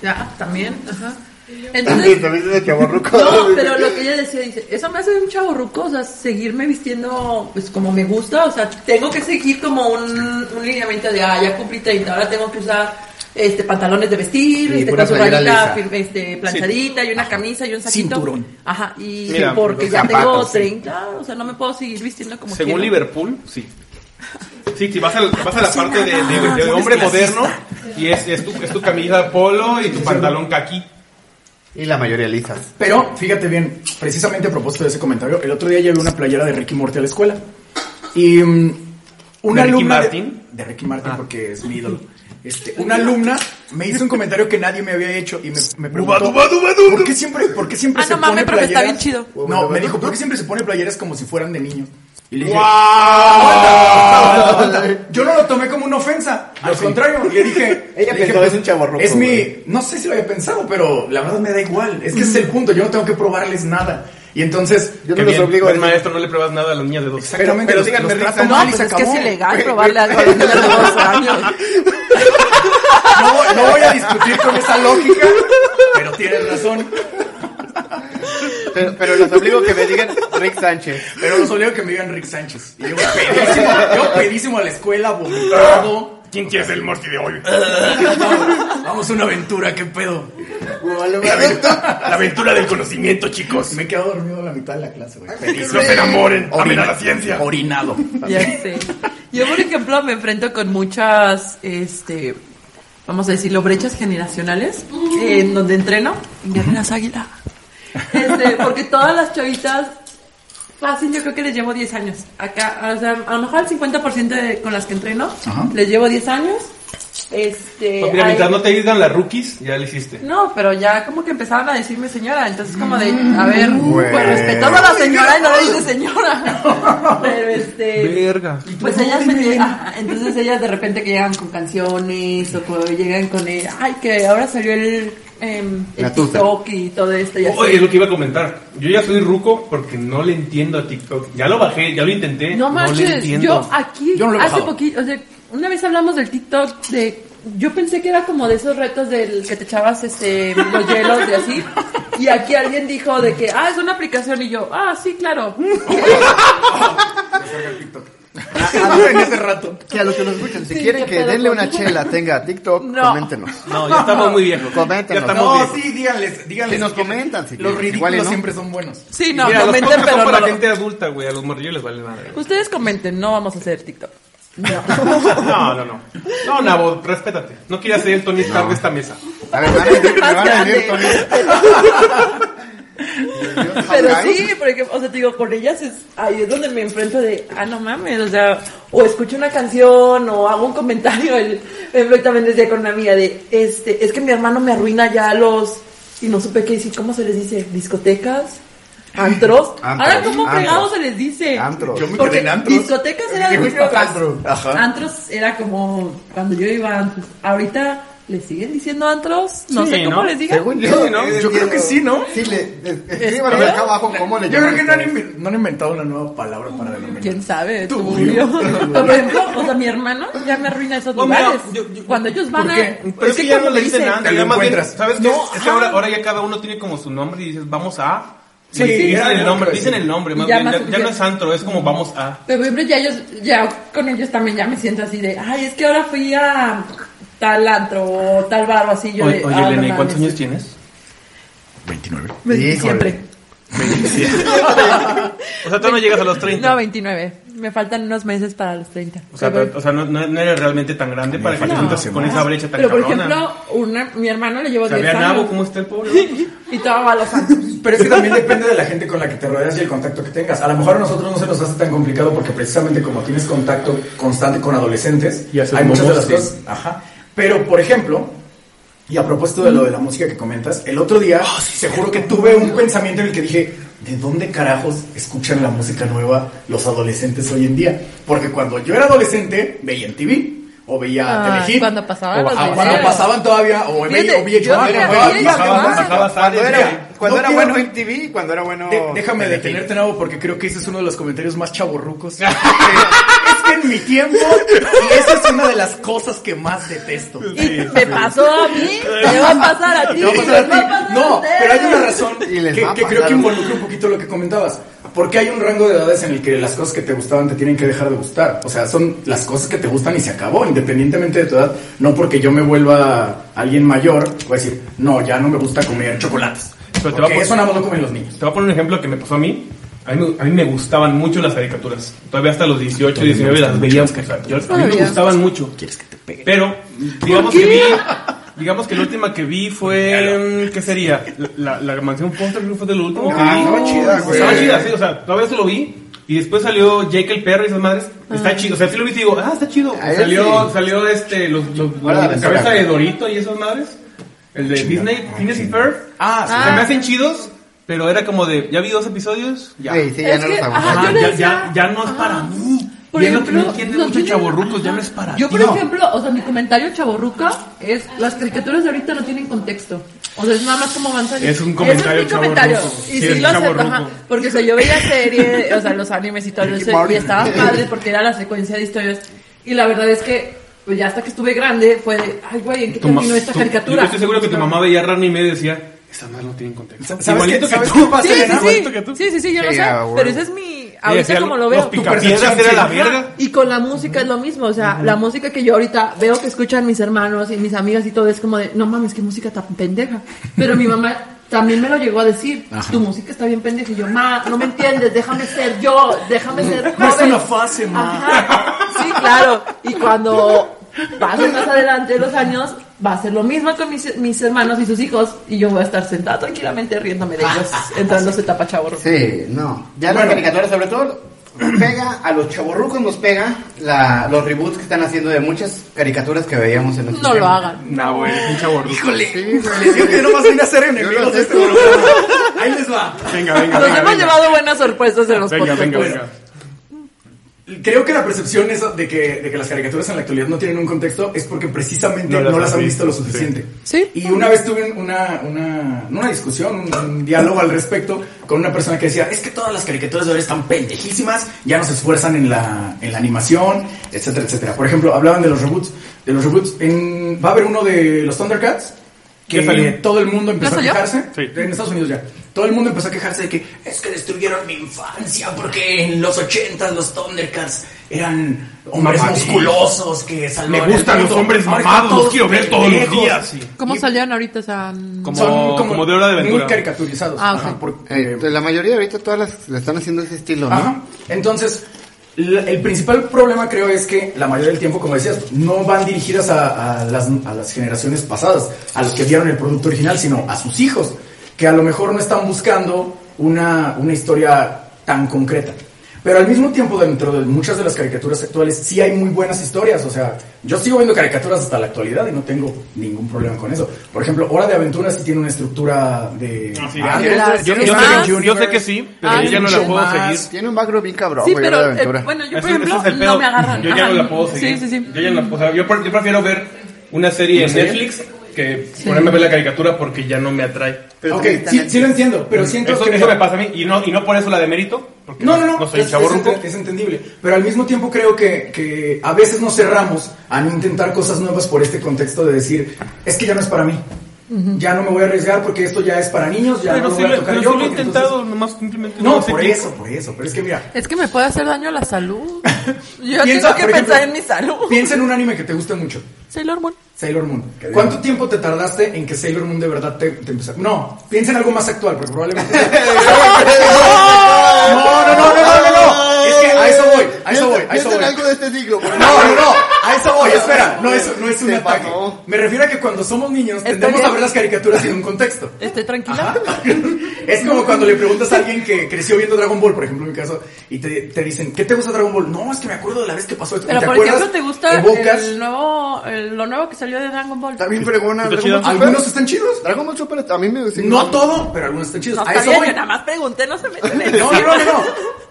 A: Ya, también, ajá.
D: También
A: Entonces,
D: también es de chaborruco.
A: no, pero lo que ella decía, dice, eso me hace un chaburruco, o sea, seguirme vistiendo pues como me gusta, o sea, tengo que seguir como un, un lineamiento de, ah, ya cumplí 30, ahora tengo que usar... Este, pantalones de vestir,
D: Y
A: este,
D: pura
A: con su
D: playera
A: rayita
D: lisa.
A: fir- este, planchadita y una camisa y un saquito.
B: Cinturón.
A: Ajá, y
C: Mira,
A: porque
C: los
A: ya tengo
D: zapatos, sí.
A: 30, o sea, no me puedo seguir vistiendo como
C: Según
A: quiero.
C: Liverpool, sí. Sí, sí, vas a, vas a la parte de, de- de hombre moderno y es, es, tu, es tu camisa polo y tu pantalón caqui.
D: Y la mayoría lisas.
B: Pero fíjate bien, precisamente a propósito de ese comentario, el otro día llevé una playera de Ricky Morty a la escuela. Y mm, una
C: ¿De Ricky
B: alumna.
C: Martin? Ah.
B: De, de Ricky Martin, porque es mi ídolo. Este, una alumna me hizo un comentario que nadie me había hecho y me, me preguntó ¿Por qué siempre, por qué siempre
A: Ah,
B: se
A: no mames,
B: pone
A: profe, está
B: playeras?
A: bien chido.
B: No, me dijo, ¿por qué siempre se pone playeras como si fueran de niños? Y le dije, "Ah,
D: ¡Guau!
B: Yo no lo tomé como una ofensa. Al
C: Ah,
B: contrario, le dije.
D: Ella
B: le dije,
D: pensó, es un chavorruco,
B: Es mi.
D: güey.
B: No sé si lo había pensado, pero la verdad me da igual. Es que ese es el punto. Yo no tengo que probarles nada. Y entonces.
D: Yo
C: Qué
D: no los
C: bien,
D: obligo a
C: buen maestro, no le pruebas nada a las niñas de dos.
B: Exactamente.
C: Pero,
B: los-
C: díganme,
B: los trato
C: Rick,
A: No,
B: mal y
A: pues
B: se
A: es que es
B: acabó.
A: ilegal probarle algo a los dos años.
B: No, no voy a discutir con esa lógica. Pero tienes razón.
D: Pero, pero los obligo que me digan Rick Sánchez.
B: Pero los obligo que me digan Rick Sánchez. Y yo pedísimo, yo pedísimo a la escuela, vomitado.
C: ¿Quién quiere ser el Morty de hoy?
B: Vamos a una aventura, qué pedo.
C: La aventura del conocimiento, chicos.
B: Me he quedado dormido a la mitad de la clase, güey.
C: No se enamoren, amen a la
B: Orina-
C: ciencia.
B: Orinado.
A: Ya sé. Yo, por ejemplo, me enfrento con muchas, este, vamos a decirlo, brechas generacionales eh, en donde entreno. Guerreras Águila. Este, porque todas las chavitas, fácil, yo creo que les llevo 10 años. Acá, o sea, a lo mejor el 50% de- con las que entreno,
B: Ajá.
A: les llevo 10 años. Este,
C: Mira,
A: hay-
C: mientras no te digan las rookies, ya le hiciste.
A: No, pero ya como que empezaban a decirme señora, entonces como de, a ver,
D: Güey.
A: pues respetando a la señora y no le dice señora. Pero este,
C: Verga.
A: pues ellas me lle- ajá, entonces ellas de repente que llegan con canciones o cuando llegan con el, ay, que ahora salió el, em, el
D: Gatusa.
A: TikTok y todo esto y así.
C: Oye, es lo que iba a comentar. Yo ya soy ruco porque no le entiendo a TikTok. Ya lo bajé, ya lo intenté.
A: No
C: le
A: manches,
C: entiendo.
A: yo aquí
B: Yo no lo he
A: hace
B: bajado.
A: poquito, o sea, una vez hablamos del TikTok de yo pensé que era como de esos retos del que te echabas este los hielos y así. Y aquí alguien dijo de que, ah, es una aplicación y yo, ah, sí, claro.
B: en ese rato.
D: Que a los que nos escuchan, si
A: Sí,
D: quieren
A: qué
D: que
A: pedo
D: denle
A: con-
D: una chela, tenga TikTok,
G: No.
D: coméntenos.
C: No, ya estamos muy viejos.
D: Coméntenos.
C: Ya estamos
B: No,
C: viejos.
B: sí, díganles, díganles.
D: Si nos comentan, si
B: Los
D: quieren,
B: ridículos
D: igual y no.
B: siempre son buenos.
G: Sí, no,
C: Mira, los
G: comenten,
C: podcasts
G: pero
C: son para
G: no.
C: gente adulta, güey. A los morrillos les vale madre.
G: Ustedes comenten, no vamos a hacer TikTok.
C: No, no, no. No, Nabo, respétate. No quieras ser el Tony Stark de esta mesa.
D: A ver, me van a decir- me van a decir, Tony.
A: Pero
D: Ay,
A: sí, porque, o sea, te digo, con ellas es ahí es donde me enfrento de, ah, no mames, o sea, o escucho una canción o hago un comentario. El, el Floyd también decía con una amiga de, este, es que mi hermano me arruina ya los, y no supe qué decir, ¿cómo se les dice? ¿Discotecas? ¿Antros? Ahora,
D: Antros,
A: ¿cómo
D: antros.
A: fregados se les dice?
D: Antros.
B: Yo me quedé
A: Porque
B: en antros.
A: discotecas era de mis
B: Yo me quedé en
A: papás.
B: antros. Ajá.
A: Antros era como cuando yo iba antes. Ahorita le siguen diciendo antros, no
C: Sí,
A: sé cómo
C: ¿no?
A: les digan.
D: Según yo, eh,
B: ¿no? Yo creo que sí, ¿no?
D: Sí, le, eh, escríbanlo
A: Espero.
D: acá abajo cómo le
B: Yo creo
D: llaman
B: que no han,
D: ustedes.
B: inven- no han inventado una nueva palabra para denominar.
A: ¿Quién sabe?
B: Tú,
A: Tú,
B: yo.
A: yo. Por ejemplo, o sea, mi hermano ya me arruina esos
C: No, mira,
A: lugares.
C: yo- yo-
A: Cuando ellos van
B: ¿por
A: a...
B: qué?
C: Pero es que ya
A: ¿cómo
C: no le dicen nada.
B: Te lo
C: ya más bien,
B: encuentras.
C: ¿Sabes qué?
B: No,
C: es que ahora, ahora ya cada uno tiene como su nombre y dices, vamos a.
B: Sí,
C: Y dicen,
B: ya,
C: el
B: ya,
C: nombre,
B: ya.
C: dicen el nombre, más
A: Ya
C: bien,
A: más
C: ya, ya no
A: suficiente.
C: es antro, es como vamos a.
A: Pero, por ejemplo, ya ellos, ya con ellos también ya me siento así de, ay, es que ahora fui a tal antro o tal bar o así. Yo
C: Oye,
A: de,
C: oye
A: ah, no
C: Elena, ¿y
A: mames.
C: cuántos años tienes?
B: 29.
D: Híjole.
A: Siempre.
C: O sea, tú no llegas a los 30.
G: No, 29. Me faltan unos meses para los 30.
C: o sea, pero- o sea, no, no- no eres realmente tan grande para que
B: faltan
C: te
B: tantas
C: juntas con esa brecha tan
A: Pero, por
C: cabrona.
A: ejemplo, una, mi hermano le llevo
C: O sea,
A: 10
C: ve a Nabo,
A: años.
C: ¿cómo está el pobre?
A: Y todo va a los antros.
B: Pero es que también depende de la gente con la que te rodeas y el contacto que tengas. A lo mejor a nosotros no se nos hace tan complicado porque precisamente como tienes contacto constante con adolescentes,
C: Y haces
B: hay muchas de las
C: bombos,
B: cosas. Ajá. Pero, por ejemplo, y a propósito de lo de la música que comentas, el otro día,
C: Ah,
B: seguro que tuve un pensamiento en el que dije, ¿de dónde carajos escuchan la música nueva los adolescentes hoy en día? Porque cuando yo era adolescente, veía en TV. O veía
G: Ah,
B: Telehit.
G: cuando pasaban
B: o
G: los
B: bajaba-
G: videos.
B: pasaban todavía. O
G: Fíjate,
B: veía o VH1,
G: yo
B: o
G: veía
B: bajaba-
G: VH1.
B: bajaba-
G: Ah,
C: Bajabas áreas,
H: Cuando
C: güey.
H: era, cuando
B: No
H: era
B: quiero-
H: bueno en TV y cuando era bueno.
B: De- déjame
H: Telehit.
B: detenerte, Nabo, porque creo que ese es uno de los comentarios más chaborrucos. Eh, es que en mi tiempo, y esa es una de las cosas que más detesto.
G: Y me pasó a mí, te va a pasar a ti,
B: Te va a pasar
G: les va
B: a
G: a
B: ti.
G: pasar a
B: No,
G: ustedes.
B: pero hay una razón
D: Y les
B: que,
D: va a
B: que creo
D: pasar.
B: que involucra un poquito lo que comentabas. Porque hay un rango de edades en el que las cosas que te gustaban te tienen que dejar de gustar. O sea, son las cosas que te gustan y se acabó, independientemente de tu edad. No porque yo me vuelva alguien mayor, voy a decir, no, ya no me gusta comer chocolates.
C: Pero te va a
B: porque
C: poner-
B: eso nada más lo comen los niños.
C: Te voy a poner un ejemplo que me pasó a mí. A mí, me- a mí me gustaban mucho las caricaturas. Todavía hasta los 18, 19 las veíamos. A mí me
G: Todavía.
C: gustaban mucho. ¿Quieres que te pegue? Pero, digamos que vi. Digamos que la última que vi fue. ¿Qué sería? La, la, la mansión Foster Creo que fue de lo último que vi.
B: estaba chida, güey.
C: Estaba chida, sí. O sea, todavía se lo vi. Y después salió Jake el perro y esas madres. Está chido. O sea, sí lo vi y digo, ah, está chido.
D: A él
C: Salió,
D: sí.
C: salió este. Los, los-
D: Ahora
C: la
D: la
C: cabeza
D: aventura.
C: de Dorito y esas madres. El de Disney, Phineas y Ferb.
B: Ah, sí.
C: Se me hacen chidos, pero era como de, ya vi dos episodios, ya.
D: Sí, sí, ya
A: Es
D: no
A: que,
D: los
A: ajá,
D: aguanto.
C: Ah,
A: yo
C: ya,
A: decía,
C: ya, ya no es para mí.
A: por
C: Y es lo que
A: ejemplo,
C: no entiende
A: los
C: mucho
A: niños-
C: chavorrucos, ya no es para
A: Yo,
C: ti.
A: por ejemplo, o sea, mi comentario chaborruca es las caricaturas de ahorita no tienen contexto. O sea, es nada más como van saliendo.
C: Es un comentario
A: Ese es mi comentario.
C: chavorruco.
A: Y
C: Sí,
A: sí,
C: es
A: lo acepto,
C: chavorruco.
A: ajá. Porque, o sea, yo veía series, o sea, los animes y todo eso, y estaban padres porque era la secuencia de historias. Y la verdad es que, pues ya hasta que estuve grande, fue de, ay, güey, ¿en qué
C: Tu ma-
A: terminó esta
C: tu-
A: caricatura?
C: Yo estoy seguro que tu mamá veía Rani y me decía, esa madre no tiene contexto.
B: ¿Sabes qué,
C: Igualito que
B: sabes qué
C: tú.
B: pasa,
G: Sí, sí,
B: Elena?
G: sí, sí, sí, sí, yo lo
D: Sí,
G: sé,
D: ah, bueno.
G: pero ese es mi,
C: Ella
G: ahorita
C: decía,
G: como lo
C: "Los
G: veo.
C: picapiedras era la
B: sí.
C: verga.
A: Y con la música es lo mismo, o sea, la música que yo ahorita veo que escuchan mis hermanos y mis amigas y todo es como de, no mames, qué música tan pendeja. Pero mi mamá también me lo llegó a decir, tu música está bien pendeja. Y yo, ma, no me entiendes, déjame ser yo, déjame ser
B: No es
A: joven".
B: una fase, ma.
A: Ajá. Sí, claro. Y cuando pasen más adelante los años, va a ser lo mismo con mis, mis hermanos y sus hijos y yo voy a estar sentada tranquilamente riéndome de ellos, entrando ese tapa chaborro.
D: Sí, no.
H: Ya
D: Bueno,
H: las caricaturas, sobre todo, pega a los chavorrucos, nos pega la- los reboots que están haciendo de muchas caricaturas que veíamos en nuestro
G: No lo
H: tiempo.
G: hagan.
C: Nah, güey, eres un chavorruco.
D: sí, güey.
B: Les digo que yo nomás vine a hacer
D: Yo
B: enemigos
D: lo
B: de
D: sé.
B: este programa. Ahí les va.
C: Venga, venga,
G: Nos
C: venga.
G: hemos
C: venga.
G: llevado buenas sorpresas en los
C: Venga,
G: podcasts.
C: venga, venga.
B: Creo que la percepción esa de, que, de que las caricaturas en la actualidad no tienen un contexto es porque precisamente
C: No
B: no
C: las
B: las,
C: has
B: han visto
C: visto,
B: lo
C: sí.
B: suficiente.
G: Sí.
B: Y una vez tuve una, una, no una discusión, un, un diálogo al respecto con una persona que decía, es que todas las caricaturas de ahora están pendejísimas, ya no se esfuerzan en la, en la animación, etcétera, etcétera. Por ejemplo, hablaban de los reboots. De los reboots, en- va a haber uno de los Thundercats. Que
C: Ya salió.
B: todo el mundo empezó a
G: salió?
B: quejarse.
C: Sí.
B: En Estados Unidos ya. Todo el mundo empezó a quejarse de que es que destruyeron mi infancia porque en los 80 los Thundercats eran hombres
C: Mamadís.
B: musculosos que
C: Me
B: salvaban
C: gustan
B: el
C: los
B: mundo.
C: hombres
B: Ahora
C: mamados,
B: están
C: los quiero ver todos los
B: pendejos.
C: días. sí.
I: ¿Cómo
B: Y-
I: salieron ahorita? O sea,
C: Como, como de hora de aventura.
B: Muy caricaturizados.
I: Ah, ok.
B: Ajá, por-
D: Eh, la mayoría ahorita todas las, le están haciendo ese estilo, ¿no?
B: Ajá. Entonces, l- el principal problema creo es que la mayoría del tiempo, como decías, no van dirigidas a, a las, a las generaciones pasadas, a los que vieron el producto original, sino a sus hijos, que a lo mejor no están buscando una, una historia tan concreta. Pero al mismo tiempo, dentro de muchas de las caricaturas actuales, sí hay muy buenas historias. O sea, yo sigo viendo caricaturas hasta la actualidad y no tengo ningún problema con eso. Por ejemplo, Hora de Aventura sí tiene una estructura de...
C: Ah, sí,
B: Ah,
C: ah,
B: tiene-
I: claro.
C: Yo, yo
I: Es
C: sé,
I: más-
C: yo sé que sí, pero
I: Ah,
C: yo ya no la
B: mucho
C: puedo
B: más.
C: seguir.
D: Pues, Tiene un background bien cabrón,
I: Sí,
D: güey,
I: pero
D: de
I: eh,
D: pues, aventura.
I: bueno, yo
C: Ese-
I: por
C: ese
I: ejemplo
C: es el pedo.
I: no me agarran.
C: Yo ya
I: Ajá.
C: no la puedo seguir.
I: Sí, sí, sí.
C: Yo, ya no la- o sea, yo pre- yo prefiero ver una serie en Netflix que ponerme a ver la caricatura porque ya no me atrae.
B: Ok, sí, sí lo entiendo, pero siento
C: Mm, Eso,
B: que...
C: eso me pasa a mí y no, y no por eso la de mérito. Porque
B: No, no, no,
C: soy
B: es, es
C: chavorruco.
B: ente- es entendible. Pero al mismo tiempo creo que, que a veces nos cerramos a no intentar cosas nuevas por este contexto de decir, es que ya no es para mí. Ya no me voy a arriesgar porque esto ya es para niños, ya no
C: Pero
B: lo
C: sí
B: voy a
C: lo,
B: tocar
C: pero
B: yo.
C: sí lo he
B: porque
C: intentado,
B: entonces-
C: nomás simplemente
B: No,
C: hace
B: por
C: clic.
B: eso, por eso. Pero es que mira,
I: Es que me puede hacer daño a la salud. Yo tengo
B: Piensa,
I: que
B: por ejemplo-
I: pensar en mi salud.
B: piensa en un anime que te guste mucho.
I: Sailor Moon.
B: Sailor Moon. ¿Cuánto tiempo te tardaste en que Sailor Moon de verdad te, te empezó? No, piensa en algo más actual, porque probablemente. no, no, no, no, no, no, no. Es que a eso voy, a eso voy, a eso
D: Piensa en
B: voy.
D: algo de este siglo, por
B: No,
D: favor.
B: no, no, a eso voy, espera, no es, no es un
D: Se
B: ataque.
D: pasó.
B: Me refiero a que cuando somos niños
I: Está
B: tendemos
I: bien.
B: a ver las caricaturas sin un contexto.
I: ¿Estoy tranquila?
B: Ajá. Es como cuando le preguntas a alguien que creció viendo Dragon Ball, por ejemplo, en mi caso, y te, te dicen, ¿qué te gusta Dragon Ball? No, es que me acuerdo de la vez que pasó esto.
I: Pero
B: ¿Te
I: por
B: acuerdas?
I: ejemplo, ¿te gusta
B: Evocas.
I: el nuevo, el- lo nuevo que salió de Dragon Ball?
D: Está bien fregona.
C: Está
D: Dragon Ball
B: Algunos
D: Super.
B: están chidos.
D: Dragon Ball Super a mí me... sí,
B: No todo, pero algunos están chidos.
I: No,
B: a
I: está
B: eso
I: bien,
B: voy.
I: yo nada más pregunté, no se meten en
B: No, no, no, no.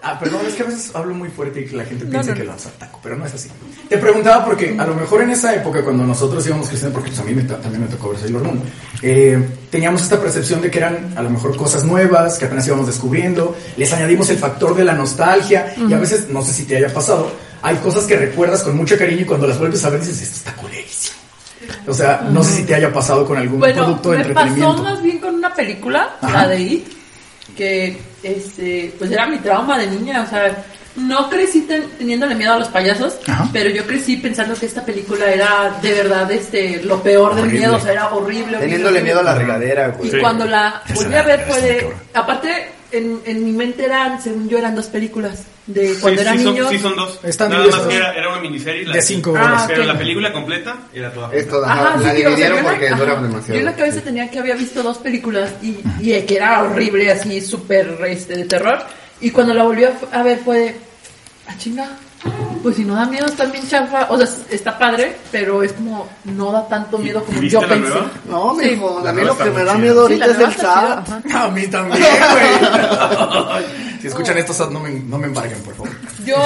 B: Ah, perdón, es que a veces hablo muy fuerte y que la gente piensa
I: no,
B: que
I: no.
B: los ataco, pero no es así. Te preguntaba porque a lo mejor en esa época, cuando nosotros íbamos creciendo, porque pues a mí me ta- también me tocó ver Sailor Moon, eh, teníamos esta percepción de que eran a lo mejor cosas nuevas, que apenas íbamos descubriendo, les añadimos el factor de la nostalgia, y a veces, no sé si te haya pasado, hay cosas que recuerdas con mucho cariño y cuando las vuelves a ver dices, esto está culerísimo. O sea, no sé si te haya pasado con algún
A: Bueno,
B: producto de
A: me pasó
B: entretenimiento.
A: más bien con una película,
B: Ajá.
A: la de It, que este, pues era mi trauma de niña, o sea, no crecí ten- teniéndole miedo a los payasos,
B: Ajá.
A: pero yo crecí pensando que esta película era de verdad este lo peor del
B: Horrible.
A: miedo, o sea, era horrible. horrible,
D: Teniéndole
A: horrible.
D: miedo a la regadera,
A: Y
D: güey.
A: cuando la
B: Ya
A: volví
B: se
A: a
B: la-
A: ver
B: ya
A: fue
B: se la
A: de...
B: quebró.
A: Aparte, en, en mi mente eran, según yo, eran dos películas. De cuando
C: sí,
A: era
C: sí
A: niño...
C: Son, sí son dos.
B: Están
C: Nada
B: divididos.
C: más que era, era una miniserie. La,
B: De cinco
C: pero
A: horas.
C: Pero
A: Ah, ok.
C: la película completa era toda.
D: Esto,
A: Ajá,
D: ajá,
A: sí, sí, o
D: la
A: sea,
D: dividieron
A: yo en la-
D: porque
A: ajá.
D: duran demasiado.
A: Yo en la cabeza tenía que había visto dos películas y, y eh, que era horrible, así súper este, de terror. Y cuando la volví a, f- a ver fue de, ah, chinga, pues si no da miedo está bien chafa. O sea, s- está padre, pero es como, no da tanto miedo como
C: ¿Y
A: yo
C: viste la
A: pensé.
C: nueva?
D: No,
A: Sí.
D: mijo, a mí
C: nueva
D: lo
C: está
D: que
C: muy
D: me da
C: chida.
D: miedo
A: Sí, la
D: ahorita es
A: nueva
D: el
A: está chida,
D: chat.
A: ajá.
B: A mí también, güey. Si escuchan esto, Sad, no me, no me embarguen, por favor.
A: Yo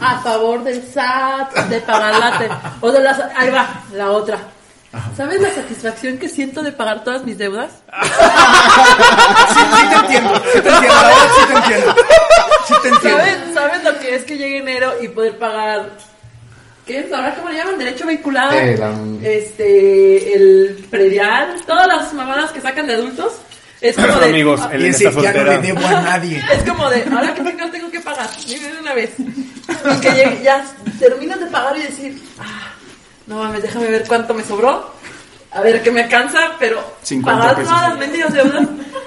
A: a favor del SAT, de pagar la te- O de las. Ahí va, la otra. ¿Sabes la satisfacción que siento de pagar todas mis deudas?
B: Sí, sí te entiendo, sí te entiendo, la verdad sí te entiendo. Sí te entiendo.
A: ¿Sabes, ¿Sabes lo que es que llegue enero y poder pagar? ¿Qué es? ¿Ahora cómo le llaman? Derecho vehicular.
D: Eh, la-
A: Este, el predial. Todas las mamadas que sacan de adultos. Es como de.
C: Amigos,
A: ah,
C: el-
B: Y
C: Elena
B: ese,
C: está
B: ya no
C: soltera.
B: le debo a nadie.
A: Es como de, ahora que no tengo que pagar, dime de una vez. Y que llegue- ya terminas de pagar y decir, ah, no mames, déjame ver cuánto me sobró, a ver qué me alcanza, pero
B: 50
A: pagar
B: pesos.
A: todas las mendigas deudas.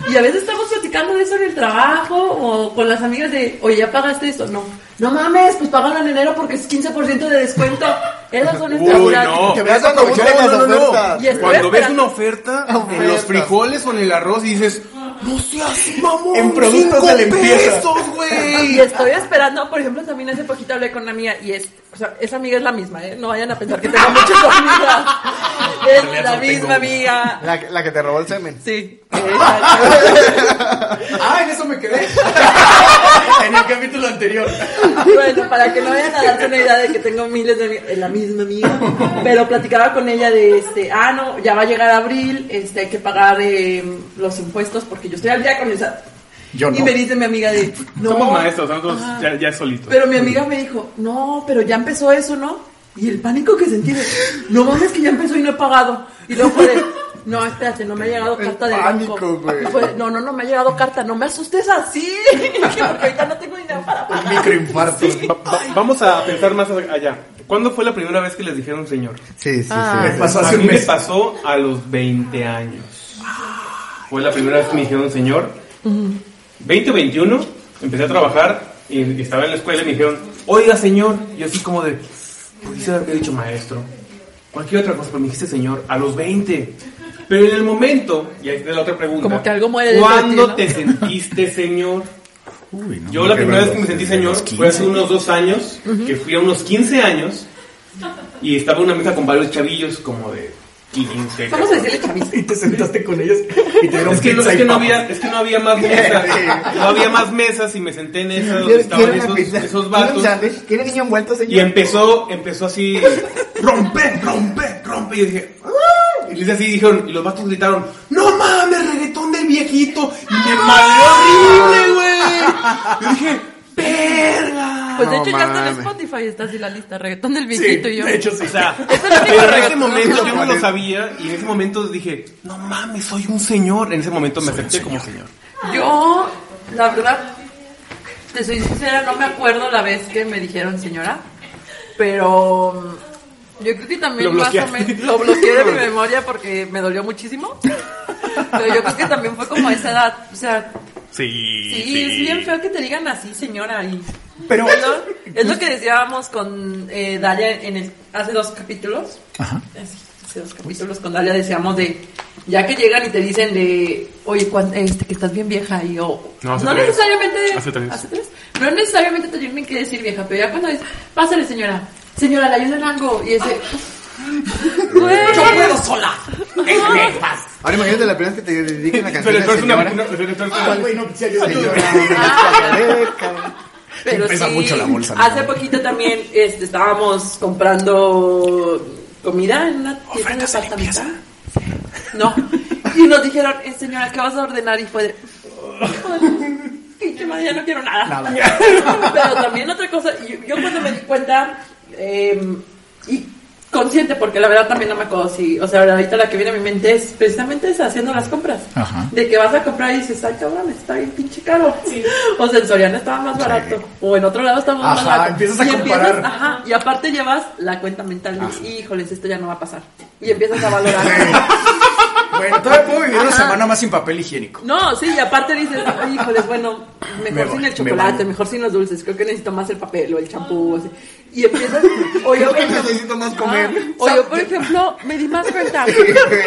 A: Y a veces estamos platicando de eso en el trabajo o con las amigas de, oye, ya pagaste esto. No, no mames, pues págalo en enero porque es 15% de descuento. Esas son estas
C: Uy,
A: gratis.
C: no.
D: Te vas a aprovechar de las ofertas.
A: Y estoy
C: Cuando ves
A: esperando-
C: una oferta en los frijoles o en el arroz y dices, no seas mamón,
B: En productos
C: cinco
B: de limpieza".
C: pesos, güey.
A: Y estoy esperando, por ejemplo, también hace poquito hablé con una amiga y es, o sea, esa amiga es la misma, ¿eh? No vayan a pensar que tengo muchas amigas. Es la misma amiga.
D: La, la que te robó el semen.
A: Sí. Esa-
B: Ah, en eso me quedé. En el capítulo anterior.
A: Bueno, para que no vayan a darse una idea de que tengo miles de amigas, es la misma amiga. Pero platicaba con ella de este, ah, no, ya va a llegar abril, este, hay que pagar eh, los impuestos porque yo estoy al día con el SAT.
B: Yo no.
A: Y me dice mi amiga de, no.
C: Somos maestros, nosotros ya, ya solitos.
A: Pero mi amiga me dijo, no, pero ya empezó eso, ¿no? Y el pánico que sentí de, no mames que ya empezó y no he pagado. Y luego fue de, No, espérate, no me ha llegado carta de
J: pánico,
A: banco.
J: güey.
A: Pues, no, no, no me ha llegado carta. No me asustes así. Porque ahorita no tengo dinero para
B: Un
A: pagar.
B: microinfarto.
C: Va- va- vamos a pensar más allá. ¿Cuándo fue la primera vez que les dijeron señor?
J: Sí, sí,
B: Me
A: Ah.
J: sí.
B: pasó
C: A
B: hace
C: mí
B: un
C: me
B: mes.
C: pasó a los 20 años. Fue la primera vez que me dijeron señor. 20 o 21, empecé a trabajar y estaba en la escuela y me dijeron, oiga señor. Y así como de, pudiste haberme dicho maestro. Cualquier otra cosa, pero me dijiste señor a los 20. Pero en el momento, y ahí está la otra pregunta.
K: Como que algo muere dentro de ti,
C: ¿Cuándo
K: ¿no?
C: te sentiste señor?
B: Uy, no,
C: Yo la
B: qué
C: primera vez
B: vergüenza.
C: que me sentí
B: Los
C: señor
B: 15.
C: fue hace unos dos años, que fui a unos 15 años y estaba en una mesa con varios chavillos como de 15.
K: Pues,
A: Vamos a decirle chavis.
B: Y te sentaste con ellos y te dieron
C: Es que, no,
B: pizza
C: es
B: y
C: que no
B: papas.
C: había, es que no había más mesas. No había más mesas y me senté en esa donde
D: Quiero-
C: estaban
D: quiero una
C: esos,
D: pizza.
C: esos
D: ¿Quiere un
C: vatos.
D: sándwich? ¿Quiere niño envuelto, señor?
C: Y empezó, empezó así, rompe, rompe, rompe. Y yo dije, "Ah". y les así dijeron, y los vatos gritaron, no mames, reggaetón del viejito. Y me madreó horrible, güey. Yo dije, verga.
K: Pues de
J: No
K: hecho ya está en
J: mames.
K: Spotify, está así la lista, reggaetón del
B: Sí,
K: viejito y yo.
B: de hecho sí.
C: O sea,
K: Es el único
C: pero en ese
K: reggaetón.
C: momento yo no
J: Parece.
C: lo sabía y en ese momento dije, no mames, soy un señor. En ese momento me acepté como señor.
K: Yo, la verdad, te soy sincera, no me acuerdo la vez que me dijeron señora, pero mm, yo creo que
C: Lo
K: también más o
C: bloqueaste.
K: menos lo bloqueé de mi memoria porque me dolió muchísimo. Pero yo creo que también fue como a esa edad, o sea,
B: Sí,
K: sí, es bien feo que te digan así, señora. Y,
B: Pero-
K: ¿no? es lo que decíamos con eh, Dalia en el, hace dos capítulos.
B: Ajá.
K: Así, hace dos capítulos con Dalia decíamos de ya que llegan y te dicen de oye cuan- este que estás bien vieja y yo
L: No,
K: no,
L: hace tres.
K: necesariamente
L: Hace tres.
K: no necesariamente te tienen que decir vieja pero ya cuando es pásale señora señora le ayudan algo y ese güey,
B: sola.
D: Ahora imagínate la primera vez que te dediquen la canción
L: Pero
D: de
L: entonces una,
D: señora.
L: una- pero entonces
B: Ah, güey, no, sí, ayuda, ayuda.
K: pero
B: Pesa
K: sí,
B: mucho la bolsa, ¿no?
A: Hace poquito también este, estábamos comprando comida en una tienda
B: ¿Ofertas de
A: departamental. No. Y nos dijeron, eh, señora, ¿qué vas a ordenar? Y fue de... Pinche madre, ya no quiero nada. Pero también otra cosa, yo, yo cuando me di cuenta, eh, y consciente, porque la verdad también no me acuerdo si, o sea, ahorita la que viene a mi mente es precisamente esa, haciendo las compras.
B: Ajá.
A: De que vas a comprar y dices, ay, cabrón, está bien pinche caro. O sea, en Soriana estaba más barato, o en otro lado estaba más
B: Ajá,
A: barato.
B: empiezas a
A: Y
B: comparar. Ah.
A: ajá, y aparte llevas la cuenta mental de, híjoles, esto ya no va a pasar. Y empiezas a valorar.
B: Bueno, todavía puedo vivir una semana más sin papel higiénico.
A: No, sí, y aparte dices, "Ay, híjoles, bueno,
B: Me
A: mejor
B: voy,
A: sin el
B: me
A: chocolate,
B: voy.
A: mejor sin los dulces, creo que necesito más el papel o el champú, o así. Y empiezas, o yo, por ejemplo,
D: Necesito más comer.
A: o yo, por ejemplo, me di más cuenta,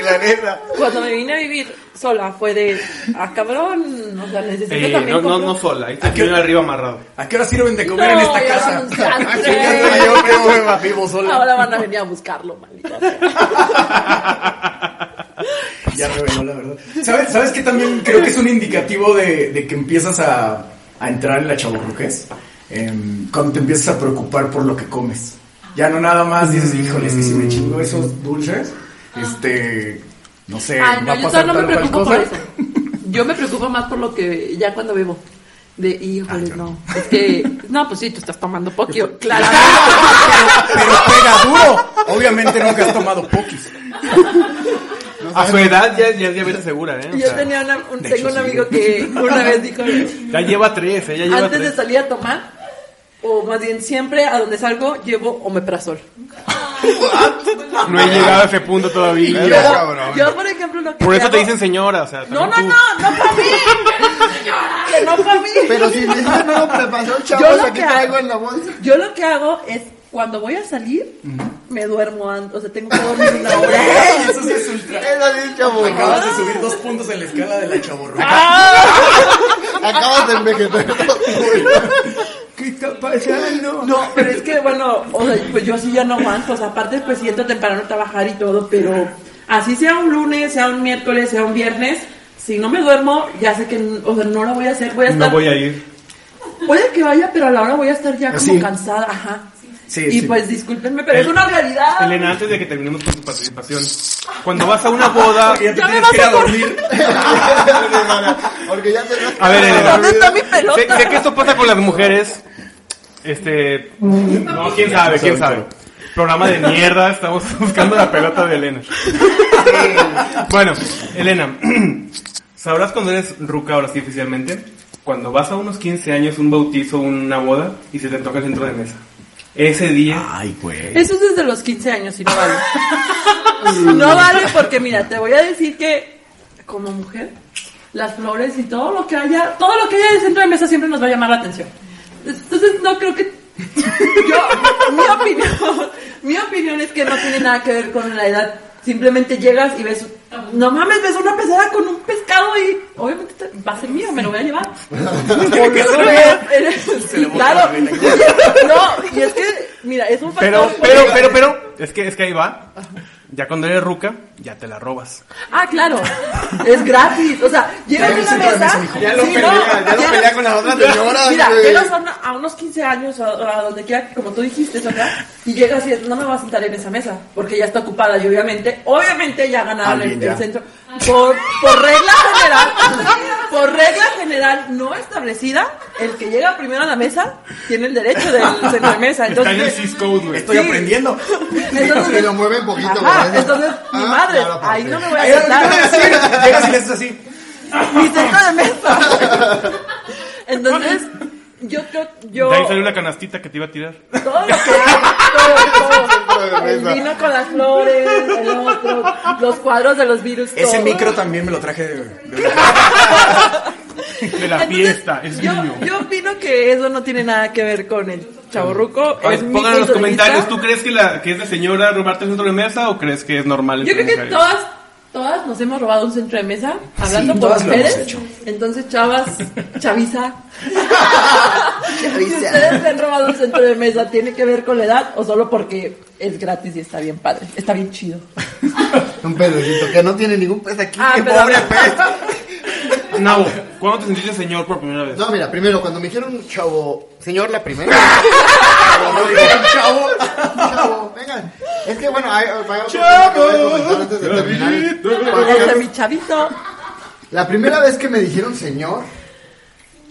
D: La neta.
A: cuando me vine a vivir sola, fue de, ah, cabrón, o sea, necesito
C: Eh,
A: también
C: no, no,
A: comprar-
C: no sola, ahí está señor arriba amarrado.
B: ¿A qué hora sirven de comer en
A: No,
B: esta
A: ya
B: casa? Ah,
A: son sangre.
B: Ya yo, qué hueva, vivo sola.
A: Ahora van a venir a buscarlo, maldita.
B: Eh,
A: sea.
B: Ya reveló la verdad. ¿Sabes, ¿Sabes qué también creo que es un indicativo de, de que empiezas a, a entrar en la chaburruques? cuando te empiezas a preocupar por lo que comes. Ya no nada más dices, híjole, es que si me chingo esos dulces, este, no sé,
A: Ay, Ah, no,
B: va a
A: yo solo
B: pasar
A: no me
B: tal cual
A: preocupo
B: cosa.
A: por eso. Yo me preocupo más por lo que ya cuando bebo. De, híjole,
B: yo
A: no. Es que, no, pues sí, tú estás tomando poquio. Claro.
B: Pero pega duro. Obviamente nunca has tomado pokis.
L: a su edad ya, ya es diabetes segura, ¿eh? O
A: Yo
L: sea,
A: tenía una, un-
B: de
A: tengo
B: hecho,
A: un
B: sí.
A: amigo que una vez dijo, antes
L: ya lleva tres, ella lleva
A: de
L: tres.
A: salir a tomar, o más bien siempre a donde salgo, llevo omeprazol.
L: No he llegado a ese punto todavía.
D: Ya, cabrón.
A: Yo, por ejemplo, lo que
L: Por eso
A: hago-
L: te dicen señora, o sea,
A: No,
L: también
A: no,
L: tú-
A: no, no para mí. que no para mí.
D: Pero si me dicen, no lo preparó,
A: Yo
D: chavos,
A: lo
D: aquí
A: que
D: traigo
A: hago-
D: en la bolsa.
A: Yo lo que hago es cuando voy a salir, me duermo antes, o sea, tengo que dormir una hora.
B: Eso sí es ultra.
D: Eso sí, chavo.
B: Acabas de subir dos puntos en la escala de la chaborruca.
A: Ah,
D: Acabas de envejecer.
B: ¿Qué está pasando?
A: No, pero es que bueno, o sea, pues yo sí ya no aguanto, o sea, aparte pues siento temprano a trabajar y todo, pero así sea un lunes, sea un miércoles, sea un viernes, si no me duermo, ya sé que, n- o sea, no lo voy a hacer, voy a estar,
L: No voy a ir.
A: puede que vaya, pero a la hora voy a estar ya como
B: Sí.
A: cansada, ajá.
B: Sí,
A: y
B: sí.
A: pues discúlpenme, pero es una realidad.
L: Elena, antes de que terminemos con tu participación, cuando vas a una boda.
B: Ya te
A: Ya me
B: tienes
A: vas
B: que ir a
A: a cor-
B: dormir.
D: Porque ya te
L: A ver, Elena.
A: ¿Dónde está mi pelota?
L: Sé, sé que esto pasa con las mujeres. Este. No, quién sabe, quién sabe. Programa de mierda, estamos buscando la pelota de Elena.
C: Bueno, Elena, ¿sabrás cuando eres ruca ahora sí oficialmente? Cuando vas a unos 15 años, un bautizo, una boda y se te toca el centro de mesa. Ese día,
B: Ay, güey.
A: Eso es desde los 15 años y no vale. No vale porque mira, te voy a decir que como mujer, las flores y todo lo que haya, todo lo que haya de centro de mesa siempre nos va a llamar la atención. Entonces no creo que yo mi opinión, mi opinión es que no tiene nada que ver con la edad. Simplemente llegas y ves, no mames, ves una pecera con un pescado y obviamente te- va a ser mío, me lo voy a llevar. Sí, claro. No, y es que, mira, es un
C: pero,
A: factor.
C: pero, pero, pero, es que, es que ahí va. Ya cuando eres ruca, ya te la robas.
A: Ah, claro. Es gratis. O sea, llegas
B: Ya
A: a
B: me
A: una
B: siento
A: mesa.
B: de mesa,
F: Ya lo
A: sí,
F: pelea,
A: no,
F: ya lo
A: llegas-
F: pelea con las otras señoras.
A: Mira,
F: güey.
A: llegas a, una- a unos 15 años o a, a donde quiera, como tú dijiste, Sandra, y llegas y es, no me voy a sentar en esa mesa, porque ya está ocupada y obviamente, obviamente ya ganaron el,
B: Alguien ya.
A: el centro. Por, por regla general, por regla general no establecida, el que llega primero a la mesa tiene el derecho del centro de mesa.
C: Está en el
A: Entonces,
C: Cisco, güey.
B: Estoy
A: Sí.
B: aprendiendo.
D: Y
A: entonces,
D: lo mueven poquito,
A: ajá,
D: güey.
A: entonces mi
D: Ah,
A: madre,
D: claro, para
A: ahí
D: sí.
A: no me voy a
B: Ahí era lo que
A: sentar.
B: te iba a decir. Llegas y le haces así.
A: mi centro de mesa. Entonces, yo creo, yo...
C: De ahí salió la canastita que te iba a tirar.
A: Todo lo que hay, todo, todo.
D: de
A: El
D: mesa.
A: vino con las flores, el otro, los cuadros de los virus.
B: Ese
A: todo.
B: micro también me lo traje de. de-
C: De la
A: Entonces,
C: fiesta, es
A: yo,
C: mío.
A: yo opino que eso no tiene nada que ver con el chaborruco.
C: A ver,
A: es mi
C: pongan en los
A: punto de vista.
C: comentarios, ¿tú crees que, la, que es de señora robarte el centro de mesa o crees que es normal?
A: Yo
C: entre
A: creo que
C: mujeres?
A: todas, todas nos hemos robado un centro de mesa, hablando
B: Sí,
A: por
B: todas lo
A: ustedes.
B: hemos hecho.
A: Entonces, chavas, chaviza. si ustedes se han robado un centro de mesa, ¿tiene que ver con la edad o solo porque es gratis y está bien padre? Está bien chido.
D: Un pedacito que no tiene ningún pez aquí.
A: Ah,
D: qué
A: pero-
D: pobre pez.
C: Nabo, ¿cuándo te sentiste señor por primera vez?
D: No, mira, primero, cuando me dijeron chavo, señor, la primera.
B: Chavo.
D: chavo, vengan. Es que bueno, hay, hay otro tema que voy a comentar antes de terminar.
A: Porque mi chavito.
D: La primera vez que me dijeron señor.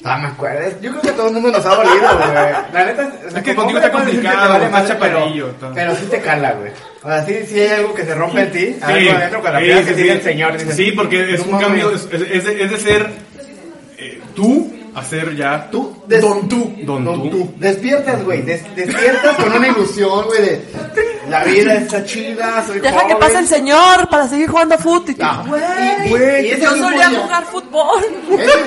D: Ah, me acuerdo. Yo creo que a todo el mundo nos ha dolido, güey. La neta, o sea,
C: Es que contigo
D: como hombre
C: está
D: puedes decir que
C: complicado,
D: te
C: estás
D: madre, pero-
C: chaparrillo, todo.
D: Pero, sí te cala, güey. O sea, sí, sí hay algo que se rompe en ti. Algo adentro cuando
C: sí, sí,
D: piensas Ah, que
C: sí.
D: diga el señor. dices,
C: Sí, porque es
D: "No
C: un
D: mames".
C: cambio, es, es- es de, es de ser eh, tú a ser ya
D: Tú, des-
B: Don tú.
C: don,
D: Don
C: tú.
D: tú. Despiertas, güey. des- despiertas con una ilusión, güey, de la vida está chida, soy
A: Deja que
D: joven".
A: pase el señor para seguir jugando fútbol. Y tú,
D: Ah.
A: "Güey,
D: Y- güey, ese
A: yo
D: mismo
A: solía
D: día-
A: jugar fútbol.
D: Ese,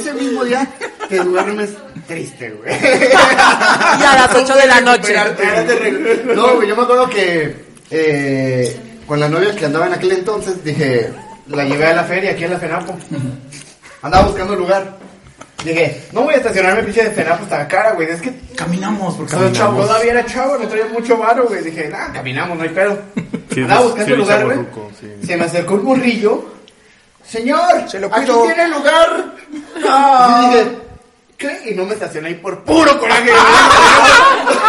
D: ese mismo día te duermes triste, güey.
A: Y a las 8 de la noche.
D: No, güey, yo me acuerdo que eh, con la novia que andaba en aquel entonces, dije, la llevé a la feria, aquí en la FENAPO. Andaba buscando lugar. Dije, no voy a estacionarme pinche de FENAPO hasta cara, güey. Es que
B: Caminamos, porque
D: soy chavo,
B: caminamos.
D: todavía era chavo, no traía mucho varo, güey. Dije, nah, caminamos, no hay pedo. andaba
C: eres- sí
D: buscando
C: eres
D: lugar,
C: chavo
D: güey.
C: ruco, sí.
D: Se me acercó un burrillo. Señor,
B: Se lo
D: aquí
B: pido.
D: tiene lugar. Y dije, ¿qué? Y no me estacioné ahí por puro coraje.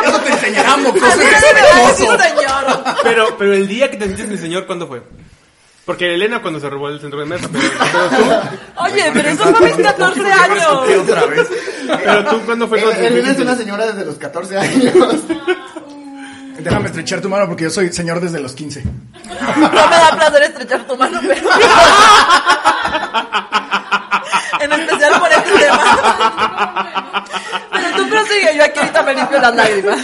B: Eso te enseñarán,
A: A mí
B: cosas
A: se me va a decir señor.
C: Pero, pero el día que te sentiste mi señor, ¿cuándo fue? Porque Elena cuando se robó el centro de mesa, pero, pero
A: Oye, pero eso fue a mis 14 años.
B: otra vez.
C: tú, pero tú ¿cuándo fue? cuando te
D: Elena es
C: sentiste
D: una señora desde los 14 años.
B: Déjame estrechar tu mano porque yo soy señor desde los 15.
A: No me da placer estrechar tu mano, pero. En especial por este tema. Pero tú prosigue, yo aquí ahorita me limpio las lágrimas.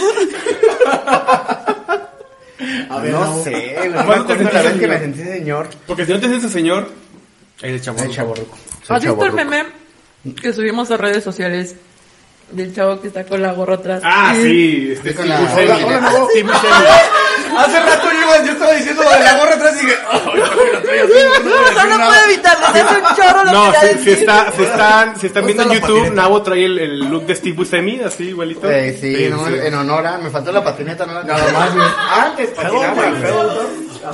B: A ver,
D: no
B: no.
D: sé, güey, no me
C: ¿Cuándo te
D: acuerdo la vez
C: sentiste
D: que me
C: señor?
D: sentí señor.
C: Porque si no te sientes señor, eres chavo.
D: El chaborruco.
A: ¿Has visto el meme que subimos a redes sociales del chavo que está con la gorra atrás?
C: Ah, sí, este
D: Sí,
C: es
D: con la-
C: Buscemi.
D: hola, hola, Nabo.
C: Sí, Buscemi.
B: Hace rato yo, yo estaba diciendo lo de la gorra atrás y dije, "Ah, "Ay, la traigo así, no voy a decir
A: No, no
B: nada".
A: puedo evitarlo, es un chorro lo
C: No,
A: que
C: si,
A: decir.
C: si está, si están, si están
B: ¿Dónde
C: viendo en
B: está la
C: YouTube,
B: patineta?
C: Nabo trae el, el look de Steve Buscemi, así igualito.
D: Eh, sí,
C: Sí,
D: no,
C: sí.
D: en honor a... Me faltó la patineta, no la...
B: Nada más, güey.
D: Antes patinaba,
B: Hello, my
D: güey.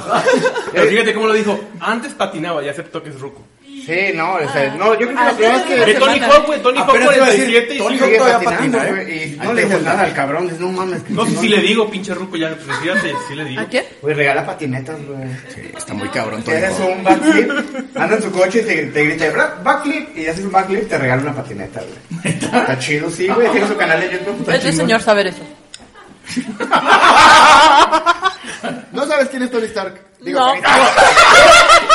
C: Pero fíjate cómo lo dijo. Antes patinaba, ya aceptó que es ruco.
D: Sí, no, o sea, no, yo creo que la primera vez
C: De
D: que...
C: Tony Hawk, güey. Tony Hawk
B: Apenas Ah, iba a decir,
C: 47 y
B: Tony
C: sigue-
B: Hawk.
D: Sigue
B: todavía
D: patinando,
B: patina,
D: güey,
B: ¿eh?
D: y no le dices nada al cabrón, dices, no mames. que
C: No sé si le digo, pinche ruco, ya, pues fíjate, sí le digo.
A: ¿A quién?
D: Güey, regala patinetas, güey.
B: Sí, está muy cabrón todo.
D: Eres un backflip, anda en su coche y te, te grita, "Bra- backflip, y haces un backflip, te regala una patineta, güey. Está chido, sí, güey, tiene su canal
A: Este
D: de YouTube.
A: Es de señor saber eso.
D: No sabe
M: sabes quién es Tony Stark. Digo,
A: No.
M: Tony Stark.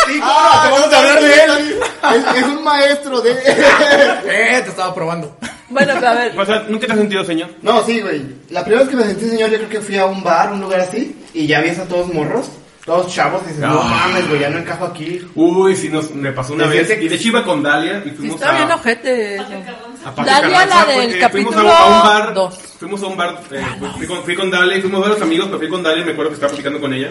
B: Sí, ¿cómo no? Te vamos a hablar de él.
M: Es, es un maestro de.
B: Eh, te estaba probando.
A: Bueno, pero a ver.
C: O sea, ¿nunca te has sentido, señor?
M: No, sí, güey.
D: La primera vez que me sentí señor, yo creo que fui a un bar, un lugar así, y ya ves a todos morros, todos chavos, y dices, no, mames, güey, ya no encajo aquí.
C: Uy, sí, nos, me pasó una
D: Me
C: vez.
D: siente-
C: Y de hecho iba con Dalia y
A: Sí
C: fuimos
A: está
C: a...
A: bien ojete.
C: a Paco
A: Dalia,
C: Carranza,
A: la del
C: porque fuimos
A: capítulo
C: a un- a un bar,
A: dos.
C: Fuimos a un bar, eh, fui, con, fui con Dalia, y fuimos varios amigos, pero fui con Dalia y me acuerdo que estaba platicando con ella.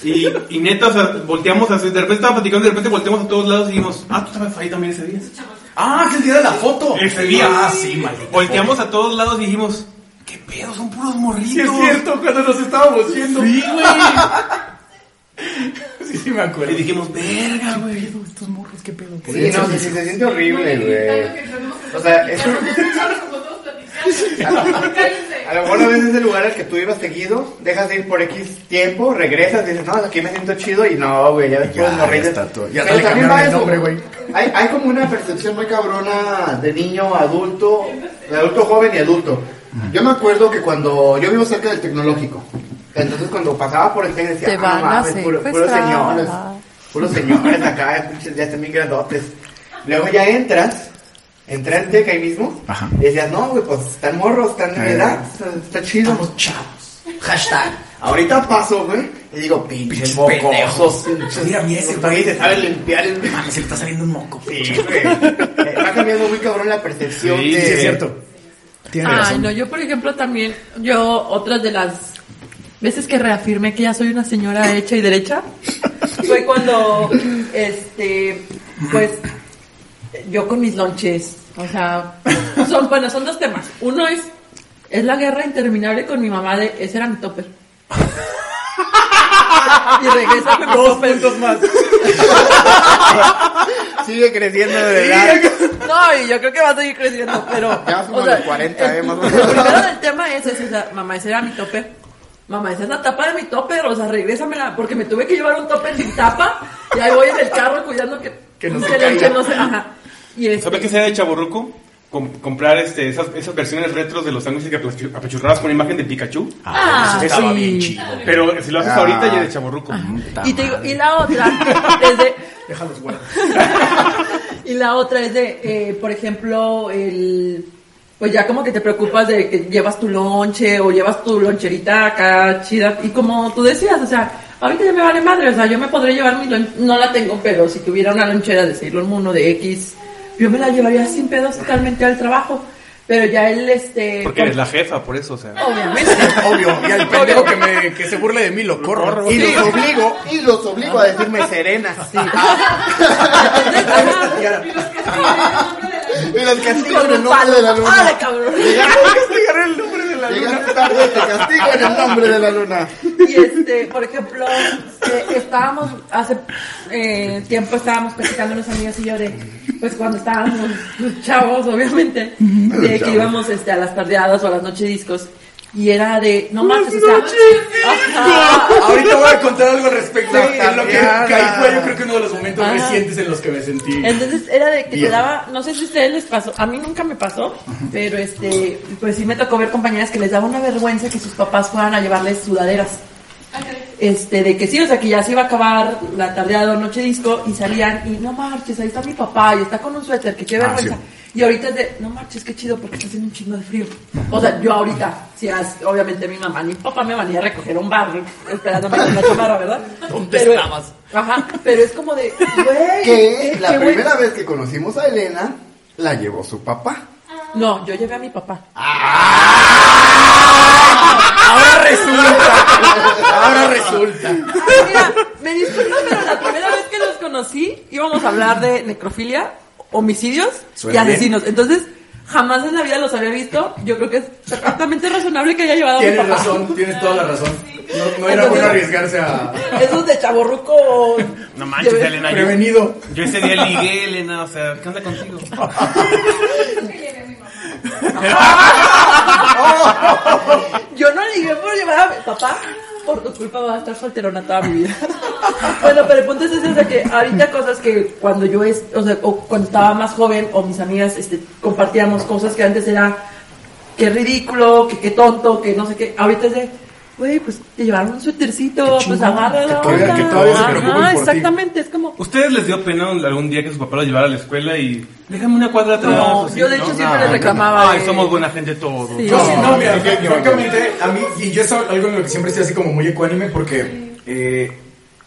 C: Y, y neta, o sea, volteamos así, de repente estaba platicando, y de repente volteamos a todos lados y dijimos, ah, tú estabas ahí también ese día.
B: Ah, es el día de la foto.
C: Ese día.
B: Ah, sí, maldito.
C: Volteamos a todos lados y dijimos, qué pedo, son puros morritos.
B: cuando nos estábamos viendo.
C: Sí, güey.
B: Sí, sí, me acuerdo.
C: Y dijimos, verga, güey.
B: estos morros, qué pedo.
D: Sí, no, sí, sí, se siente horrible, güey. O sea, es A lo mejor a veces es el lugar al que tú ibas seguido, dejas de ir por X tiempo, regresas, dices, no, aquí me siento chido, y no, güey, ya después
B: Ya,
D: morritos.
B: ya está todo. Ya
D: Pero
B: le
D: también
B: cambiaron
D: va
B: el
D: eso.
B: nombre, güey.
D: Hay, hay como una percepción muy cabrona de niño, a adulto, de adulto joven y adulto. Yo me acuerdo que cuando yo vivo cerca del tecnológico, entonces cuando pasaba por el tec decía,
A: Te van a
D: puros
A: secuestrar".
D: señores, puros señores acá, pinches, ya están bien grandotes. Luego ya entras, entras al tec ahí mismo,
B: Ajá.
D: y decías, no, güey, pues están morros, están de
B: Eh.
D: edad, está chido. chavos. Hashtag. Ahorita paso, güey, y digo,
B: Pinches
D: pinches mocosos,
B: pendejos.
D: pinches.
B: Mira, mi ese,
D: güey, se sabe limpiar el
B: Mames, se le está saliendo un moco.
D: Sí, güey. Eh, Va cambiando muy cabrón la percepción
C: Sí,
D: de...
B: Sí, es cierto. Tienes
A: Ay,
B: razón.
A: Ah, no, yo por ejemplo también, yo otra de las veces que reafirmé que ya soy una señora hecha y derecha, fue cuando, este, pues, yo con mis lonches, o sea, son, bueno, son dos temas. Uno es, es la guerra interminable con mi mamá de, ese era mi topper. Y regresa con mi topper.
D: Sigue creciendo de edad.
A: No, y yo creo que va a seguir creciendo, pero.
D: Ya vas como
A: o
D: a los 40,
A: el-
D: eh, más o
A: Lo
D: menos.
A: primero del tema es ese, o sea, mamá, ese era mi topper. Mamá, esa es la tapa de mi topper, o sea, regrésamela, porque me tuve que llevar un topper sin tapa, y ahí voy en el carro cuidando que.
B: Que no se
A: le-
B: caiga.
A: que no se- ajá. Y este,
C: ¿Sabes qué sea de chaburruco? comprar este, esas, esas versiones retros de los sándwiches que apechu- apechurrabas con imagen de Pikachu.
A: Ah,
B: eso estaba
A: sí.
B: bien chido.
C: Pero si lo haces
D: Ah.
C: ahorita ya es de chaburruco.
A: Y, te digo, y la otra es de.
B: Déjalos guardados.
A: y la otra es de, eh, por ejemplo, el. Pues ya como que te preocupas de que llevas tu lonche o llevas tu loncherita acá chida. Y como tú decías, o sea, ahorita ya me vale madre. O sea, yo me podré llevar mi lon- No la tengo, pero si tuviera una lonchera de Sailor Moon o de X, yo me la llevaría sin pedos totalmente al trabajo. Pero ya él, este.
C: Porque
A: con-
C: eres la jefa, por eso, o sea.
A: Obviamente.
B: Obvio. Y al pendejo que, me, que se burle de mí lo corro.
D: Y
B: Y
D: los obligo, y los obligo a decirme serenas.
A: Entonces, ajá,
M: Y los castigan
A: con
M: en el
A: un
M: nombre
A: palo.
M: de la luna.
A: ¡Ay, cabrón!
M: Castigan el nombre de la luna. Llegaste tarde, te castigan en el nombre de la luna.
A: Y este, por ejemplo, eh, estábamos, hace eh, tiempo estábamos platicando unos amigos y yo de, pues cuando estábamos chavos, obviamente, de que íbamos este, a las tardeadas o a las noches discos. Y era de, no manches, o sea, ajá,
B: Ahorita voy a contar algo al respecto.
D: Sí,
B: en lo que
D: cambiada.
B: caí fue yo creo que uno de los momentos
A: Ajá.
B: recientes en los que me sentí.
A: Entonces era de que te
B: Bien.
A: daba, no sé si a ustedes les pasó, a mí nunca me pasó, pero este, pues sí me tocó ver compañeras que les daba una vergüenza que sus papás fueran a llevarles sudaderas. Este, de que sí, o sea, que ya se iba a acabar la tardeada o noche disco y salían y no marches, ahí está mi papá y está con un suéter, que qué
B: Ah,
A: vergüenza. Y ahorita es de, no marches, qué chido porque está haciendo un chingo de frío. O sea, yo ahorita, si as- obviamente mi mamá ni mi papá me van a ir a recoger a un bar esperándome con la chamarra, ¿verdad?
B: ¿Dónde
A: Pero-
B: estabas?
A: Ajá, pero es como de, güey, eh,
M: Que
A: qué-
M: la
A: qué güey.
M: primera vez que conocimos a Elena, la llevó su papá.
A: No, yo llevé a mi papá.
B: Ahora resulta. Ahora resulta.
A: Mira, me disculpan, pero la primera vez que los conocí íbamos a hablar de necrofilia, homicidios
B: Suena
A: y
B: bien.
A: asesinos. Entonces, jamás en la vida los había visto. Yo creo que es perfectamente razonable que haya llevado a mi
B: Tienes
A: papá.
B: razón, tienes toda la razón. No, no era
A: Entonces-
B: bueno arriesgarse a.
A: Esos de chaborruco.
C: No manches,
A: Llevé-
C: Elena. Yo,
B: Prevenido.
C: yo ese día ligué, Elena, o sea, ¿qué onda contigo?
A: Yo no ligué por llevar a mi papá. Por tu culpa va a estar solterona toda mi vida. bueno, pero el punto es ese, o sea, que ahorita cosas que cuando yo, es, o sea, o cuando estaba más joven o mis amigas este, compartíamos cosas que antes era qué ridículo, que qué tonto, que no sé qué. Ahorita es de, güey, pues te llevaron un suétercito, pues agarra la
B: todavía-
A: onda.
B: que todavía se preocupen por
A: Ajá,
B: ti.
A: exactamente, es como...
C: ¿Ustedes les dio pena algún día que su papá lo llevara a la escuela y déjame una cuadra atrás?
A: No,
C: o sí?
A: yo de hecho
C: No,
A: siempre
C: no.
A: le reclamaba.
C: Ay,
A: eh,
C: somos buena gente todos.
A: Sí.
B: Yo sí, no, mira, yo- fran- yo- francamente, a mí, y yo es algo en lo que siempre estoy así como muy ecuánime, porque eh,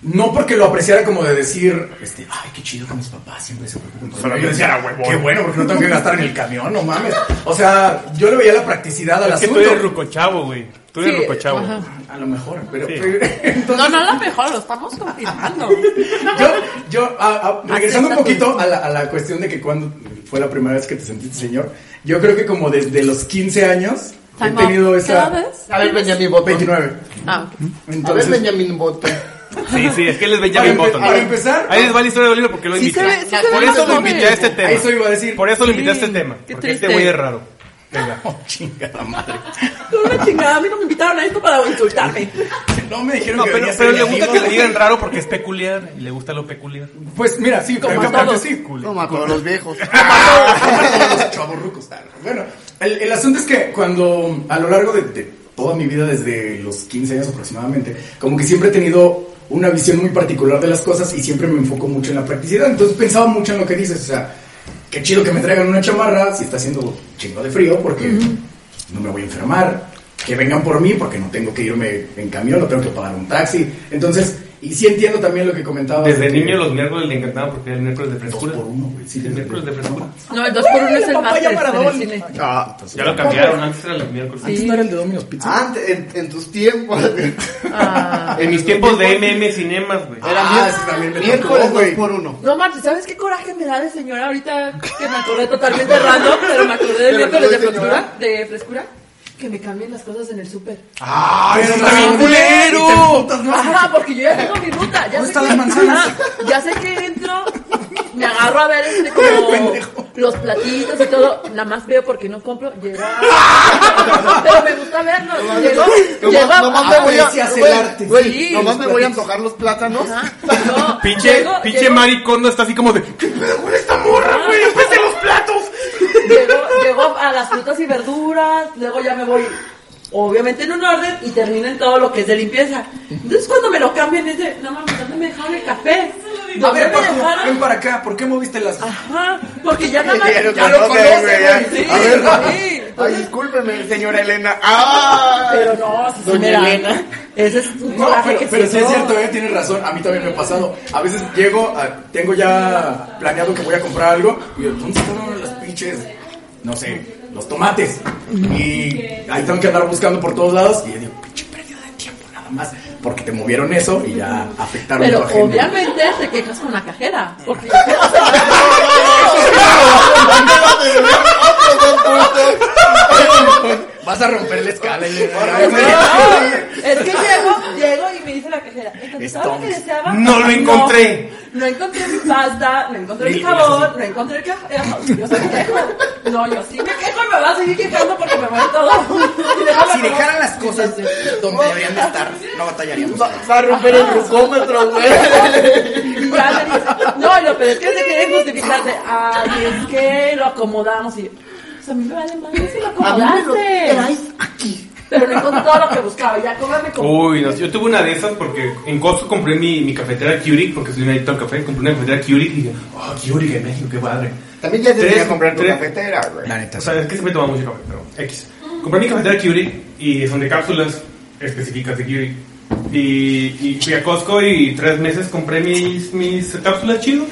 B: no porque lo apreciara como de decir, este, ay, qué chido que mis papás siempre se preocupan. por mí". yo decía, "Ah, huevo, qué bueno, porque no tengo que gastar en el camión, no mames. O sea, yo le veía la practicidad al
C: Es que
B: asunto.
C: tú eres rucochavo, güey. Tú eres
A: Sí,
C: rucochavo.
B: A lo mejor, pero.
C: Sí.
A: No, no, lo mejor, lo estamos confirmando.
B: yo, yo, a- a- regresando un
A: Acepta tu-
B: poquito a la, a la cuestión de que cuando fue la primera vez que te sentiste señor, yo creo que como desde los 15 años he
A: Time out.
B: tenido
A: ¿Cada
B: esa.
A: vez?
D: A ver, Benjamin Button.
B: 29.
A: Ah, ok.
D: A ver,
B: Entonces,
D: Benjamin Button.
C: Sí, sí, es que él es
B: Para
C: Benjamin
B: empe-
C: Button.
B: para empezar-
C: Ahí les va la historia de Oliver porque lo
A: Sí
C: invité.
A: se ve- sí se ve
C: Por
A: más
C: eso lo
A: joven.
C: invité a este tema.
B: Eso iba a decir.
C: Por eso lo invité a este
A: Sí,
C: tema.
A: qué
C: Porque este
A: triste.
C: güey es raro. Venga.
B: Oh, chingada madre.
A: Una chingada, a mí no me invitaron a esto para insultarme.
B: No me dijeron
C: No,
B: que
C: pero,
B: venía
C: pero
B: sin
C: le gusta
B: amigos,
C: que le
B: güey.
C: digan raro porque es peculiar y le gusta lo peculiar.
B: Pues mira, sí,
A: Como
B: pero
A: a
B: capaz que
A: todos.
B: sí.
D: No mató a los viejos.
B: Los chavorrucos, tal. Bueno, el, el asunto es que cuando a lo largo de, de toda mi vida, desde los 15 años aproximadamente, como que siempre he tenido una visión muy particular de las cosas y siempre me enfoco mucho en la practicidad. Entonces pensaba mucho en lo que dices, o sea, qué chido que me traigan una chamarra si está haciendo chingo de frío porque no me voy a enfermar. Que vengan por mí porque no tengo que irme en camión, no tengo que pagar un taxi. Entonces, y sí entiendo también lo que comentaba.
C: Desde niño los miércoles le encantaba porque era el miércoles de frescura.
B: por uno, güey. Sí,
C: El
B: desde-
C: miércoles de frescura.
A: No, el 2 por 1 es el
B: papaya
A: máster en el
B: Maradona.
A: cine.
C: Ya lo cambiaron, antes era el miércoles.
B: Antes Ah, no era el de Domino's Pizza.
D: Antes, en, en tus tiempos.
A: Ah.
C: En mis tiempos de MM Cinemas, güey.
D: Era
B: Ah,
D: miércoles-
B: ese también me tocó,
D: miércoles dos
B: güey.
D: por uno.
A: No, Marta, ¿sabes qué coraje me da de señora ahorita? Que me acordé totalmente random, pero me acordé del
D: Pero
A: miércoles de
D: acordé de
A: frescura. De frescura. Que me cambien las cosas en el súper.
B: ¡Ah,
C: eso
B: pero
C: está bien culero.
B: Y te emputas, ¿no?
A: Ajá, porque yo ya tengo mi ruta. Ya
B: ¿Dónde
A: sé
B: están
A: que,
B: las manzanas?
A: ajá, ya sé que entro, me agarro a ver este, como
B: Pendejo.
A: los platitos y todo. Nada más veo porque no compro. Llega. Pero me gusta verlo. Llegó. Llegó.
D: Nomás, nomás me voy a,
B: aprecias el
D: güey,
B: arte.
D: güey,
A: Sí, pues,
B: los
D: nomás me voy a
B: platitos.
D: antojar los plátanos.
A: Ajá, Ah, llegó,
C: Pinche,
A: llegó,
C: pinche
A: llegó.
C: maricondo está así como de. ¿Qué pedo con esta morra, güey? ¡Empecé los platos!
A: Llego, llego a las frutas y verduras, luego ya me voy, obviamente en un orden, y termino en todo lo que es de limpieza. Entonces cuando me lo cambian es de, no mames, ¿dónde me dejaron el café?
B: A
A: ¿Dónde
B: ver,
A: me
B: Paco, ven
A: dejaron?
B: para acá. ¿Por qué moviste las.?
A: Ajá, porque ya nada más...
D: Ya lo
A: ya lo
D: conoce,
A: conoce,
D: güey,
A: güey,
D: ya.
A: sí,
D: A ver,
A: sí.
D: Ay, discúlpeme, señora Elena. ¡Ah!
A: Pero no, sí,
D: Doña
A: mira,
D: Elena.
A: Ese es un
B: No,
A: coraje
B: pero,
A: ah, que
B: pero
A: se
B: sí es
A: dio.
B: cierto, eh, tienes razón. A mí también me ha pasado. A veces llego, a- tengo ya planeado que voy a comprar algo. Y yo, ¿dónde están las pinches? No sé, los tomates. Y ahí tengo que andar buscando por todos lados. Y yo digo, pinche pérdida de tiempo, nada más. Porque te movieron eso y ya afectaron
A: Pero
B: tu agenda.
A: obviamente te quejas con la cajera, porque...
B: Vas a romper la escala. y-
A: Es que llego, llego y me dice la cajera, entonces todo lo que
B: Stonks.
A: deseaba.
C: No lo encontré.
A: No, no encontré mi pasta, no encontré mi
B: Y- y
A: jabón, no encontré el café. Yo soy quejo. No, yo sí me quejo y me va a seguir quejando porque me muere todo. Y déjame
B: Si dejaran las cosas donde deberían de estar, no batallaríamos.
D: Va a romper el glucómetro, güey.
A: Y ya me dice, no, y lo peor es que se quieren justificarse. Ay, es que lo acomodamos. Y yo, pues a mí me vale madre si lo
D: A mí me lo
A: acomodaste.
D: traes aquí.
A: Pero no encontré todo lo que buscaba. Ya cómame
B: Uh,
A: como.
C: Uy, no, yo tuve una de esas porque en Costco compré mi, mi cafetera Keurig porque soy un adicto al café. Compré una cafetera Keurig y dije, oh, Keurig en México, qué padre.
D: También ya
C: Tres,
D: debería comprar tu
C: tres.
D: cafetera, güey.
B: La neta.
C: O sea, es que siempre tomaba mucho café, pero X. Compré mi cafetera Keurig y son de cápsulas específicas de Keurig. Y, y fui a Costco y tres meses compré mis, mis cápsulas chido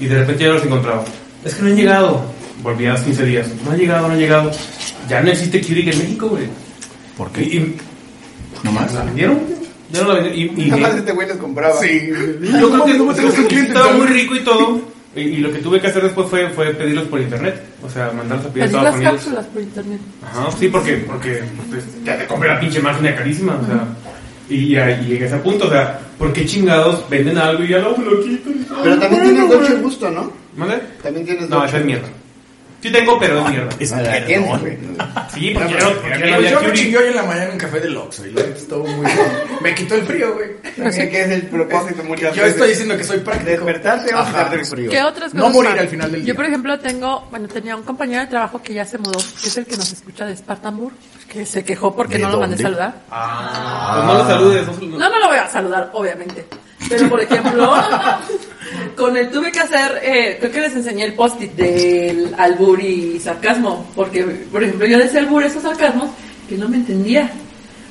C: y de repente ya no las encontraba. Es que no han llegado. Volví a los 15 días. No ha llegado, no ha llegado. Ya no existe Keurig en México, güey.
B: ¿Por
C: Y, y
B: ¿No más?
C: la vendieron. güey. Ya no la vendieron. Y, y-
D: Jamás este güey les compraba.
B: Sí.
C: Yo creo que
B: No, tenemos
C: creo que
B: clientes,
C: estaba
B: ¿sabes?
C: muy rico y todo. Y, y lo que tuve que hacer después fue, fue pedirlos por internet. O sea, mandarlos a pedir
A: Pedí
C: a Estados
A: las
C: Unidos.
A: cápsulas por internet.
C: Ajá, sí, porque, porque pues, ya te compré la pinche máquina carísima. O sea, y, ya llegué a ese punto. O sea, ¿por qué chingados venden algo y ya lo, lo quitan?
D: Pero también tienes mucho gusto, ¿no?
C: ¿Mande?
D: También tienes
C: No,
D: Dolce
C: esa es mierda. Sí tengo, pero es mierda.
B: Es
D: No la tienda,
B: perdón.
D: güey.
C: Sí, porque no, porque no
B: Pues
C: había
B: yo me
C: Curie.
B: chingué hoy en la mañana en un café del Oxxo y lo estuvo muy bien. Me quitó el frío, güey.
D: No sé qué es el propósito muchas
B: Yo
D: veces.
B: estoy diciendo que soy práctico.
D: Despertarte o
B: Ajá.
D: quitarte el frío.
F: ¿Qué otras
B: No
F: cosas
B: morir
F: más?
B: al final del día.
F: Yo, por ejemplo, tengo, bueno, tenía un compañero de trabajo que ya se mudó, que es el que nos escucha de Spartanburg, que se quejó porque
B: ¿De
F: no lo mandé
B: dónde?
F: saludar.
C: Pues no lo saludes. no se lo-
F: No, no lo voy a saludar, obviamente. Pero, por ejemplo, con él tuve que hacer, eh, creo que les enseñé el post-it del albur y sarcasmo, porque, por ejemplo, yo decía albur esos sarcasmos que no me entendía.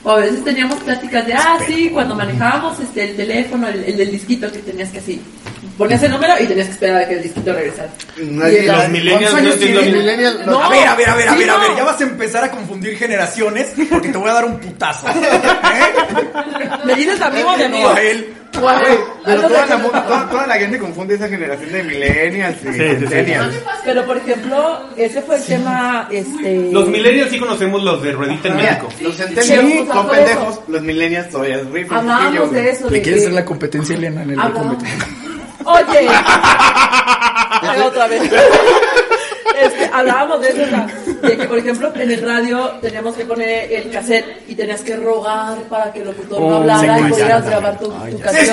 F: O a veces teníamos pláticas de, ah, sí, cuando manejábamos este, el teléfono, el, el del disquito que tenías que así. Ponías el número y tenías que esperar a que el disquito regresara.
D: Nadie-
F: Y el-
C: Los millennials no
D: ¿Cuántos años
C: entienden.
D: tiene millennial?
F: No.
B: A ver, a ver, a ver, a
F: Sí,
B: ver, a ver.
F: no.
B: Ya vas a empezar a confundir generaciones porque te voy a dar un putazo. ¿Eh?
F: Me dices amigo
B: No
F: de amigo.
B: a él.
F: Guau.
D: Güey, Pero
F: Algo
D: toda la,
F: de-
D: mu- toda, toda la gente confunde esa generación de millennials y centennials.
A: Pero por ejemplo, ese fue el tema, este...
C: Los millennials sí conocemos los de ruedita en
D: Mira,
C: México.
D: los
A: Sí,
D: centennials son
A: justo
D: pendejos, los millennials todavía rifan. chiquillo,
A: Hablábamos
D: güey.
A: de eso,
B: ¿Le
A: de Ah,
B: quieres
A: que-
B: hacer la competencia, Elena? En el
A: Hablábamos-
B: competencia.
A: Oye, Ay, otra vez. Este, hablábamos de eso, o sea, de que por ejemplo en el radio teníamos que poner el cassette y tenías que rogar para que el locutor no hablara y
B: Oh, sí,
A: pudieras
B: ya,
A: grabar tu,
B: ah,
A: tu
B: ya.
A: canción.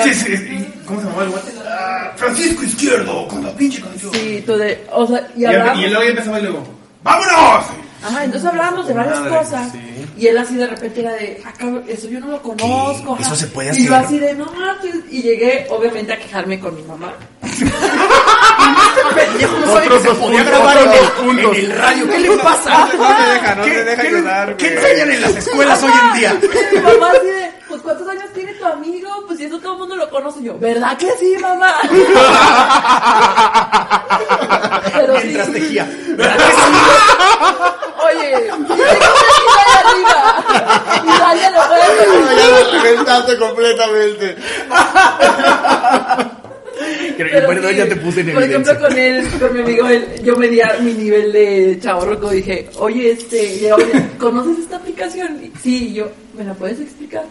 C: ¿Cómo se llamaba el guante? Ah, Francisco Izquierdo, con la pinche canción.
A: Sí, tú de, o sea, y
C: Y
A: hablábamos.
C: él luego ya empezaba y luego. ¡Vámonos!
A: Ajá, entonces hablábamos de varias
C: Madre,
A: cosas.
C: sí.
A: Y él así de repente era de, "Ah, cabrón, eso yo no lo conozco.
B: ¿Qué?
A: ajá".
B: ¿Eso se puede
A: Y yo
B: hacer?
A: así de, no mames. Y llegué, obviamente, a quejarme con mi mamá.
B: Pendejo, no sabe que se podía grabar en el, en el radio. ¿Qué le pasa?
D: No
C: Ah,
D: te deja, no
B: ¿Qué-
D: te deja
B: qué-
D: ayudar,
B: ¿Qué
D: güey.
B: enseñan en las escuelas hoy en día?
A: Mi mamá así de, pues ¿cuántos años tiene tu amigo? Pues si eso todo el mundo lo conoce. Y yo, ¿verdad que sí, mamá? Pero sí.
B: Mientras tejía.
A: Oye, y tengo que arriba. Y Dalia lo puede ver.
D: Ya me reventaste completamente.
A: Pero
B: Perdón,
A: sí,
B: ya te puse en
A: Por
B: evidencia.
A: ejemplo, con él, con mi amigo, él, yo medía mi nivel de chaborroco. Dije, oye, este, ya, oye, ¿conoces esta aplicación? Y, sí, y yo, ¿me la puedes explicar?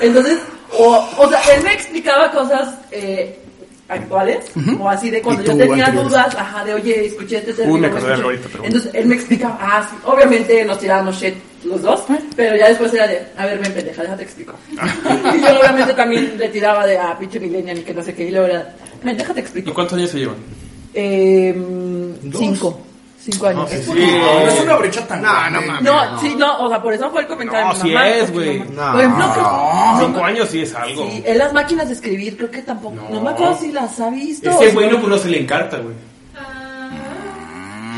A: Entonces, o, o sea, él me explicaba cosas eh, actuales, o así de cuando
B: Y
A: yo
B: tú
A: tenía
B: anteriores.
A: dudas, ajá, de oye, escuché este término. no
C: me acordé de
A: escuché.
C: algo ahorita, pero bueno.
A: Entonces, él me explicaba, ah, sí, obviamente nos tirábamos shit los dos, pero ya después era de, a ver, ven pendeja, déjate explico. y yo obviamente también le tiraba de, ah, pinche millennial y que no sé qué, y luego era, ven, déjate
C: ¿Y
A: explico.
C: cuántos años se llevan?
A: Eh, mm, cinco. Cinco años.
B: No es una brecha tan
D: No, no
B: grande.
D: mames.
A: No, sí, no, o sea, por eso fue el comentario
C: No,
A: de
C: sí
A: mi mamá.
C: es,
A: porque
C: güey.
A: mi mamá-
D: No.
A: Por ejemplo, creo-
C: Cinco años sí es algo.
A: sí, en las máquinas de escribir, creo que tampoco. No, me acuerdo si las ha visto.
C: Ese güey no conoce la encarta, güey.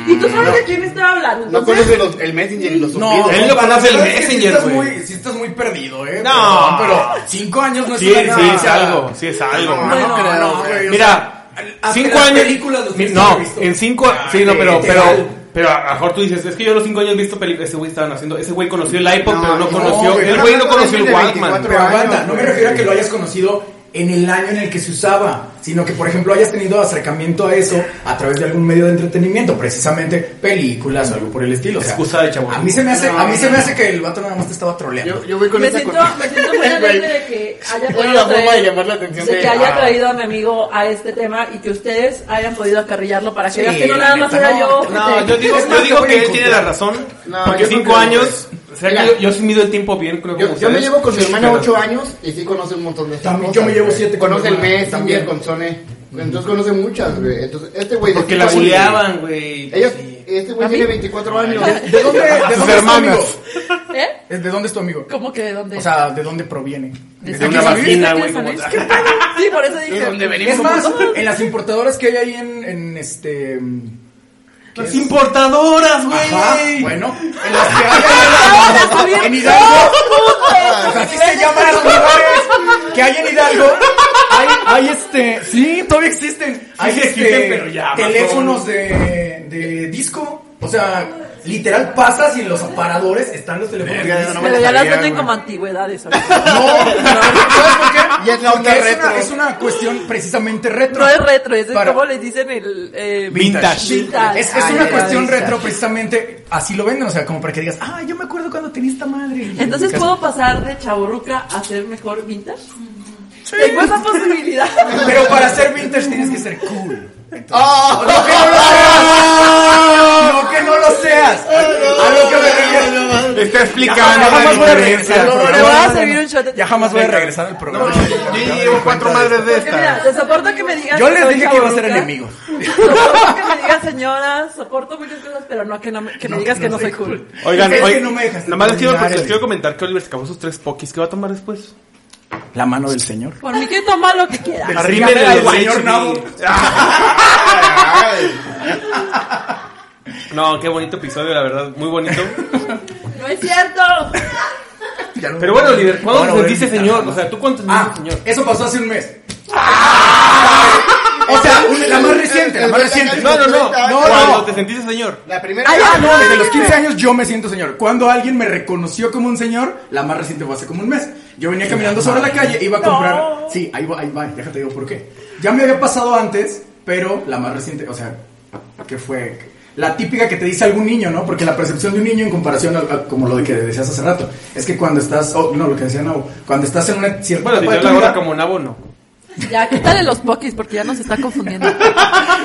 A: Y tú sabes de quién estaba hablando.
D: No
A: Entonces,
D: conoce los- el Messenger y los
B: No,
D: zumbidos.
C: Él no conoce el
B: la verdad es que sí
C: Messenger,
B: estás
C: güey.
B: muy- Sí estás muy perdido, eh.
C: No.
B: Perdón, pero cinco años no es
C: Sí,
B: una
C: sí es
B: diferencia.
C: algo, sí es algo.
B: No,
A: Bueno,
B: no, creo,
A: no,
B: güey, o sea,
C: Mira,
B: hasta
C: cinco
B: las
C: años.
B: películas los
C: mi-
B: has
C: no,
B: visto.
C: en cinco.
D: Ah,
C: sí, no, pero, pero,
B: literal.
C: pero a a lo mejor tú dices, es que yo a los cinco años he visto películas. Ese güey estaban haciendo. Ese güey conoció el iPod,
D: No,
C: pero no
D: no,
C: conoció.
D: güey,
C: el
D: no,
C: güey
D: no,
C: no
D: no,
C: conoció el
D: de
C: Walkman.
D: 24.
B: Pero aguanta, no me
D: güey.
B: refiero a que lo hayas conocido en el año en el que se usaba, sino que, por ejemplo, hayas tenido acercamiento a eso a través de algún medio de entretenimiento, precisamente películas o algo por el estilo. O sea,
C: Excusa de chabón.
B: A mí se me hace, a mí se me hace que el vato nada más te estaba troleando.
D: Yo, yo voy con
A: me
D: esa
A: siento,
D: cosa.
A: me siento muy alegre de que haya
D: Es
A: podido
D: la forma
A: traer-
D: de llamar la atención
A: de
D: de-
A: que haya
D: Ah.
A: traído a mi amigo a este tema y que ustedes hayan podido acarrillarlo para que veas que no
B: la
A: nada más
B: neta,
A: era
B: no,
A: yo.
C: No,
A: gente.
C: yo digo,
B: Es más,
C: yo
B: te
C: digo
B: voy a
C: que él
B: encontrar.
C: tiene la razón.
D: No,
C: porque
D: yo creo
C: cinco
D: que-
C: años. O sea,
D: Mira.
C: que yo, yo sí mido el tiempo bien, creo que
D: Yo, yo me llevo con mi hermana
C: Pero-
D: 8 años y sí conoce un montón de esas
B: También,
D: cosas,
B: yo me llevo
D: güey.
B: siete con
D: Conoce
B: mi
D: el
B: hermana,
D: mes
B: también.
D: también con Sone. Entonces conoce muchas, güey. Entonces este güey. de
C: Porque
D: cinco
C: la
D: años-
C: buleaban, güey.
D: Ella,
C: Sí.
D: este güey tiene 24 años.
B: ¿De dónde, de dónde
D: Sus
B: es tu
D: hermanas.
B: amigo?
A: ¿Eh?
B: ¿De dónde es tu amigo?
A: ¿Cómo que de dónde?
B: O sea, ¿de dónde proviene?
A: ¿De
C: De
B: aquí
C: una
B: salí?
C: vagina,
A: ¿De
C: güey.
A: San
C: como-
A: Luis? ¿Qué pedo? sí, por eso dije.
B: Es más, en las importadoras que hay ahí en, en este.
C: Las importadoras,
B: Ajá,
C: güey.
B: bueno, en las que
A: ¡Ah,
B: hay en, en Hidalgo. Pues así se llaman los lugares que hay en Hidalgo. Hay, hay este. Sí, todavía existen. Hay
C: sí
B: este,
C: existen, pero ya,
B: teléfonos de, de disco. O sea, literal pasas y en los aparadores están los teléfonos de disco.
A: Pero ya las
D: sabía,
A: venden
D: güey.
A: como antigüedades.
B: No, ¿sabes por qué?
D: Y es la
B: Porque
D: onda
B: es
D: retro.
B: Una, es una cuestión precisamente retro.
A: No es retro, es
B: Para-
A: como le dicen el. eh,
C: Vintage.
A: vintage.
B: Es, es
A: Ay,
B: una
A: ay,
B: cuestión
A: ay.
B: retro, precisamente así lo venden, o sea, como para que digas, ah, yo me acuerdo cuando tenía esta madre.
A: Entonces puedo pasar de chaburruca a ser mejor vintage. Tengo esa posibilidad.
B: Pero para ser vintage tienes que ser cool. Entonces,
D: ¡Ah!
B: no queremos- no
A: Ah,
F: veas. A lo que me refiero.
C: Está explicando
F: jamás
C: la
F: voy a
C: diferencia.
F: regresar.
A: Le voy a servir un shot.
B: Ya jamás voy a regresar al programa.
C: Yo ya llevo cuatro madres de
A: Porque mira,
C: estas.
A: te soporto que me digas.
B: Yo les
A: soy
B: dije que iba a ser
A: chavorruca.
B: enemigo.
A: Soporto que me digas señora, soporto muchas cosas, pero no que, no me, que me digas que no soy cool.
C: Oigan,
B: Es que
C: oigan,
B: no me dejaste
C: nada más les quiero,
B: terminar,
C: les
B: eh.
C: quiero comentar que Oliver se acabó sus tres pokis. ¿Qué va a tomar después?
B: La mano del señor.
A: Por mí que toma lo que quiera.
C: Arrímele
B: señor-
C: los
B: al señor
C: H,
B: Nabo.
C: güey. No, qué bonito episodio, la verdad, muy bonito.
A: No es cierto.
B: Ya no-
C: Pero bueno, Oliver, ¿cuándo
B: Ahora
C: te
B: voy a
C: sentiste
B: gritar
C: señor? O
B: jamás.
C: sea, ¿tú cuándo te
B: Ah,
C: sentiste señor? Ah.
B: eso pasó hace un mes. O sea, un- la más reciente, la más reciente.
C: No, no, no,
F: no,
C: no,
F: no.
C: ¿Cuándo te sentiste señor?
F: La primera
B: Ah, ya, no, desde los 15 años yo me siento señor. Cuando alguien me reconoció como un señor, la más reciente fue hace como un mes. Yo venía caminando sobre la calle, iba a comprar. Sí, ahí va, ahí va, déjate digo por qué. Ya me había pasado antes, pero la más reciente, o sea, que fue la típica que te dice algún niño, ¿no? Porque la percepción de un niño en comparación a, a- como lo de que decías hace rato, es que cuando estás, oh, no, lo que decía Nau, cuando estás en una cierta
C: Bueno, pues si
B: etapa de tu
C: te habla ahora
B: vida-
C: como nabo, no.
A: Ya, quítale los pokis porque ya nos está confundiendo.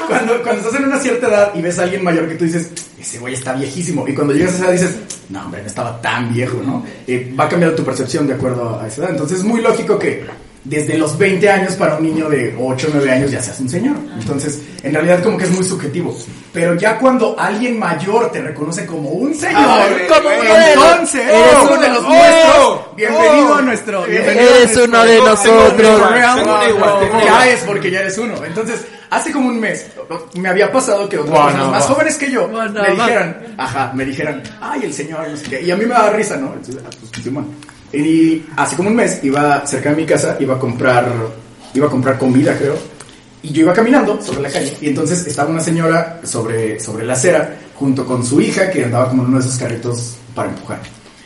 B: cuando, cuando estás en una cierta edad y ves a alguien mayor que tú dices, ese güey está viejísimo. Y cuando llegas a esa edad dices, no, hombre, no estaba tan viejo, ¿no? Eh, va a cambiar tu percepción de acuerdo a esa edad. Entonces es muy lógico que desde los 20 años para un niño de 8 o 9 años ya seas un señor. Entonces, en realidad como que es muy subjetivo. Pero ya cuando alguien mayor te reconoce como un señor,
F: güey,
A: Como uno de los-
B: entonces,
A: eres
B: uno de
A: uno-
B: los
C: ¡Oh!
B: nuestros, bienvenido a nuestro... bienvenido a
A: Eres
B: nuestro-
A: uno de
B: Tengo- tengo
A: nosotros.
B: un real-
C: Tengo una igual, tengo una igual.
B: Ya es porque ya eres uno. Entonces, hace como un mes me había pasado que otras
C: Bueno,
B: personas más
C: bueno.
B: jóvenes que yo
A: Bueno,
B: me
A: bueno.
B: dijeran, ajá, me dijeran, ay, el señor, no sé qué. Y a mí me daba risa, ¿no? Entonces, ah, pues, Simón. Y hace como un mes iba cerca de mi casa, iba a comprar, iba a comprar comida, creo. Y yo iba caminando sobre la calle. Y entonces estaba una señora sobre, sobre la acera junto con su hija que andaba como en uno de esos carritos para empujar.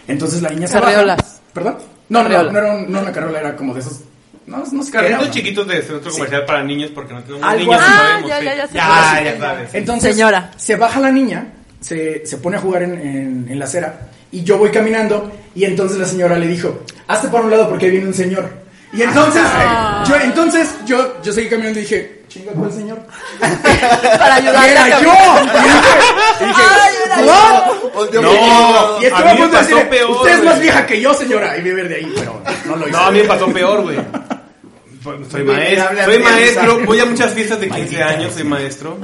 B: Entonces la niña se baja.
A: Carriolas.
B: ¿Perdón? No, no, no,
A: Carriola.
B: no era un- no una carriola, era como de esos. No, no sé qué era,
C: Carritos
B: ¿no?
C: chiquitos de centro comercial para niños porque no tenemos
B: Algo
C: niños.
B: así.
C: no
A: Ah,
C: sabemos,
A: ya,
C: sí.
A: ya, ya sé cuál
C: Ya,
A: es.
C: ya sabes.
B: Entonces,
A: Señora.
B: se baja la niña, se, se pone a jugar en, en- en la acera, y yo voy caminando, y entonces la señora le dijo, hazte para un lado porque ahí viene un señor. Y entonces,
C: Ah.
B: yo, entonces, yo, yo seguí caminando y dije, chinga, ¿cuál señor?
A: Para
B: ¡Y
A: ayudarle a
B: era yo!
A: caminar.
B: Y dije, y dije, "¿What?".
C: No,
B: Y estuve
C: a
B: a
C: mí
B: punto
C: me
B: de
C: pasó
B: decirle,
C: peor,
B: usted es
C: güey.
B: más vieja que yo, señora, y beber de ahí, pero no lo hice.
C: No, a mí me pasó peor, güey. Soy maestro, soy maestro, voy a muchas fiestas de 15 años, soy maestro.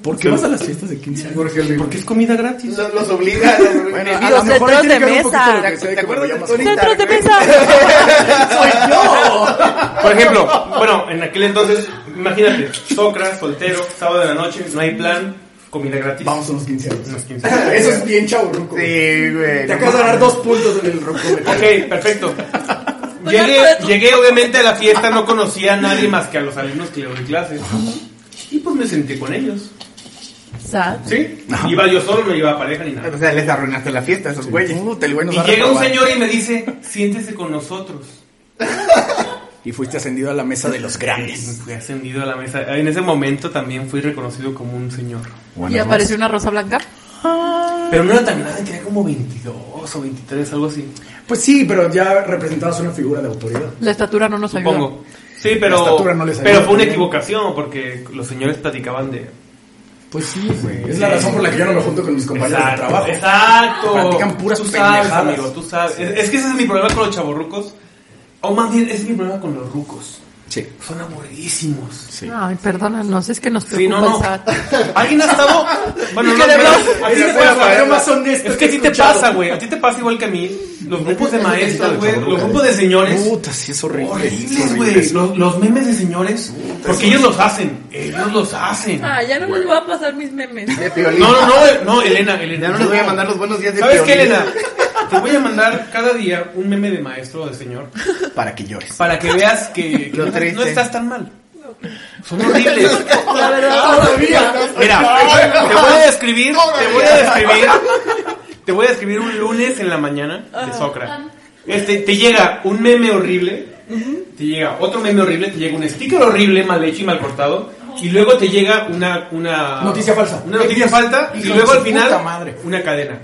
B: ¿Por qué vas a las fiestas de 15 años?
C: Porque es comida gratis.
F: Los, los obliga. los obliga.
B: Bueno,
A: Y
D: Ah,
A: los
B: ahí
A: centros
B: tiene
A: de
B: que haber un
A: mesa.
C: ah,
B: poquito lo que sea de
F: ¿Te
B: que me
F: acuerdas
B: vaya
F: de
B: más
F: Tony
A: Centros de
F: Stark?
A: mesa.
C: Por ejemplo, bueno, en aquel entonces, imagínate, Socra, soltero, sábado de la noche, no hay plan, comida gratis.
B: Vamos a unos 15 años.
C: Unos 15 años.
B: Eso es bien chavo, Ruco.
F: Sí, güey.
B: Te acabas de ganar dos puntos en el Ruco.
C: Ok, perfecto. Llegué, llegué obviamente a la fiesta, no conocía a nadie más que a los alumnos que le doy clases. Y pues me senté con ellos.
A: Sad.
C: ¿Sí? Iba yo solo, no iba pareja ni nada.
F: O sea, les arruinaste la fiesta a esos güeyes.
B: Puta, el güey nos
C: Y
B: va a
C: llega un
B: reprobar.
C: señor y me dice, siéntese con nosotros.
B: Y fuiste ascendido a la mesa de los
C: Me
B: grandes.
C: fui ascendido a la mesa. En ese momento también fui reconocido como un señor.
A: Y apareció una rosa blanca.
C: Pero no era tan grande, tenía como 22 o 23, algo así.
B: Pues sí, pero ya representabas una figura de autoridad.
A: La estatura no nos ayuda.
C: Supongo. Sí,
B: La
C: pero,
B: estatura no les ayuda
C: pero fue una
B: también.
C: equivocación porque los señores platicaban de...
B: Pues sí, güey. Es la razón por la que yo no me junto con mis compañeros de
C: Exacto,
B: trabajo.
C: Exacto.
B: Practican puras
C: tú sabes,
B: pendejadas.
C: amigo, tú sabes. Es, es que ese es mi problema con los chavorrucos. O más bien, ese es mi problema con los rucos.
B: Sí.
C: Son aburridísimos. Sí,
A: Ay, perdónanos, es que nos preocupa
C: no,
A: el
C: no.
A: SAT.
C: ¿Alguien ha estado? Bueno,
A: Y
C: no,
A: que de
C: pero
A: verdad-
C: a ti
B: Esa
C: te
B: fue la
C: pasa,
B: manera
C: ¿verdad?
B: más honesta
C: Es
B: que
C: que
B: he
C: a ti te
B: escuchado.
C: pasa, güey. A ti te pasa igual que a mí. Los grupos de maestros, güey. Los grupos de señores.
B: Puta, sí, es horrible.
C: Horribles, güey. Los, los memes de señores. Porque ellos los hacen. Ellos los hacen.
N: Ah, ya no les voy a pasar mis memes.
F: De piolín.
C: No, no, no, no, Elena, Elena.
F: Ya no les voy a mandar los buenos días de
C: ¿Sabes qué,
F: piolín.
C: Elena? Te voy a mandar cada día un meme de maestro o de señor
B: Para que llores.
C: para que veas que, que
F: Lo
C: no,
F: triste.
C: no estás tan mal. Son horribles. Mira, te voy a describir, te voy a describir, te voy a describir un lunes en la mañana de Socra. Este, te llega un meme horrible, te llega otro meme horrible, te llega un sticker horrible, mal hecho y mal cortado, y luego te llega una, una
B: Noticia falsa.
C: una noticia falta, y
B: Hijo de
C: luego
B: su
C: al final
B: puta madre.
C: una cadena.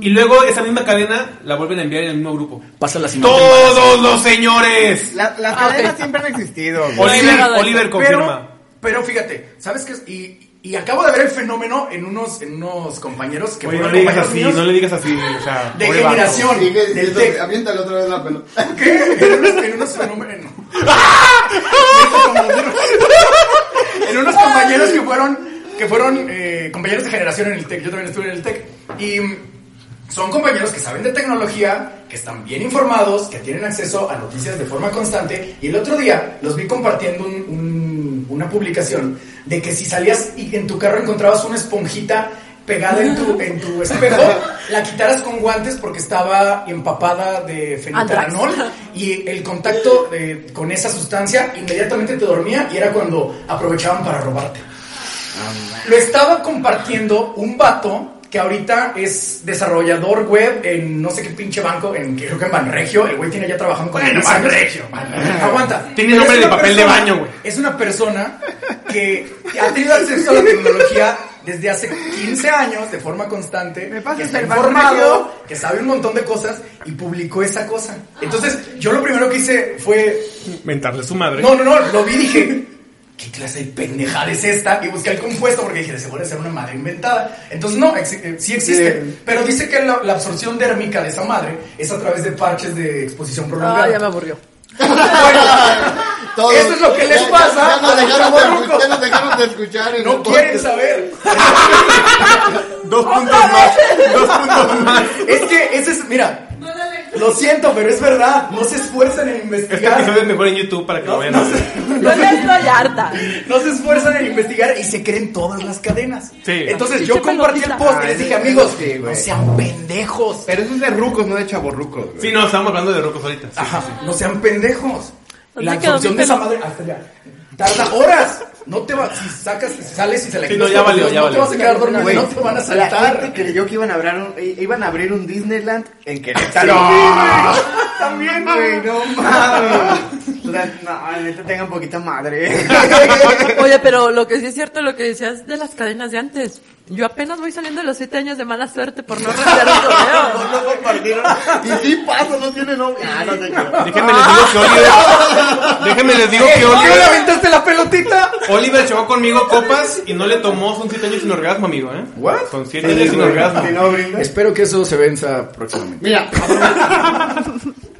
C: Y luego esa misma cadena la vuelven a enviar en el mismo grupo.
B: Pasa la siguiente.
C: Todos los señores.
F: La- Las cadenas siempre han existido. güey.
C: Oliver,
A: llegado a eso.
C: Oliver
B: Pero,
C: confirma.
B: pero fíjate, ¿sabes qué? es? Y, Y acabo de ver el fenómeno en unos, en unos compañeros que
C: Oye, no
B: fueron
C: le digas
B: compañeros
C: así,
B: míos
C: no le digas así, o sea,
B: de
C: pobre vato.
B: generación del tec.
D: Aviéntale otra vez la pelota.
B: ¿Qué? En unos, en unos fenómenos. en unos compañeros que fueron, que fueron eh, compañeros de generación en el TEC. Yo también estuve en el TEC. Y mm, son compañeros que saben de tecnología, que están bien informados, que tienen acceso a noticias de forma constante. Y el otro día los vi compartiendo un- un- una publicación de que si salías y en tu carro encontrabas una esponjita pegada en tu, en tu espejo, la quitaras con guantes porque estaba empapada de fenitanol
A: Antrax.
B: y el contacto eh, con esa sustancia inmediatamente te dormía y era cuando aprovechaban para robarte. Lo estaba compartiendo un vato que ahorita es desarrollador web en no sé qué pinche banco, en creo que en Banregio, el güey tiene ya trabajando con
C: Bueno,
B: él.
C: Banregio,
B: Aguanta.
C: Tiene
B: Pero
C: nombre
B: es
C: de
B: una
C: papel de baño, güey.
B: Es una persona que ha tenido acceso a la tecnología desde hace 15 años de forma constante,
O: Me
B: que
O: pasas
B: está
O: el
B: informado,
O: Banregio.
B: que sabe un montón de cosas y publicó esa cosa. Entonces, yo lo primero que hice fue
C: Mentarle a su madre.
B: no, no, no, lo vi y dije, ¿qué clase de pendejada es esta? Y busqué el compuesto porque dije, de seguro es una madre inventada. Entonces, no, exi- eh, sí existe. Pero dice que la, la absorción dérmica de esa madre es a través de parches de exposición prolongada.
A: Ah, ya me aburrió.
D: Todos.
B: Eso es lo que les pasa
D: Ya, nos
B: a los
D: dejaron de-
B: chavorrucos.
D: ya nos dejaron de escuchar. en
B: No
D: el
B: quieren
D: podcast.
B: saber.
D: Dos puntos más. Dos puntos más.
B: Es que ese es, mira, lo siento, pero es verdad. No se esfuerzan en
C: Este
B: investigar.
C: episodio es mejor en YouTube para que lo vean.
B: no se-
P: Yo ya estoy harta.
B: no se esfuerzan en investigar y se creen todas las cadenas.
C: Sí.
B: Entonces
A: Pinche
B: yo compartí el
A: pelotita.
B: post y
D: Ah,
B: les dije,
D: sí,
B: amigos,
D: sí,
B: no
D: güey.
B: sean pendejos.
D: Pero eso es de rucos, no de chavorrucos. güey.
C: Sí, no, estamos hablando de rocos ahorita. sí.
B: Ajá, no sean pendejos.
A: ¿Dónde
B: La
A: quedó
B: absorción
A: mi
B: de esa
A: pelo?
B: madre hasta allá. Tarda horas. No te va, si sacas, si sales y se la
C: Sí,
B: quitas,
C: no, ya valió, ya
B: no
C: valió.
B: te vas a quedar dormido,
D: Güey,
B: no te van a
D: La gente
B: saltar.
D: creyó que iban a, abrir un, i- iban a abrir un Disneyland en
B: Sí,
D: Querétaro.
B: güey.
D: También, güey, no mames. O sea, no, neta tengan poquita madre.
A: Oye, pero lo que sí es cierto, lo que decías de las cadenas de antes. Yo apenas voy saliendo de los siete años de mala suerte por no rendir un
D: No
A: correo.
D: lo compartieron. Y sí pasa, no tiene novia. Ah, no te
C: Déjenme
D: creo.
C: les digo que Oliver. Déjenme les digo que
B: ¿Por qué le
C: Oliver.
B: aventaste la pelotita?
C: Oliver llevó conmigo copas y no le tomó. Son 7 años sin orgasmo, amigo, ¿eh?
B: ¿What?
C: Son 7 años sin orgasmo.
D: Si no brindas.
B: Espero que eso se venza próximamente.
D: Mira, aprovecha-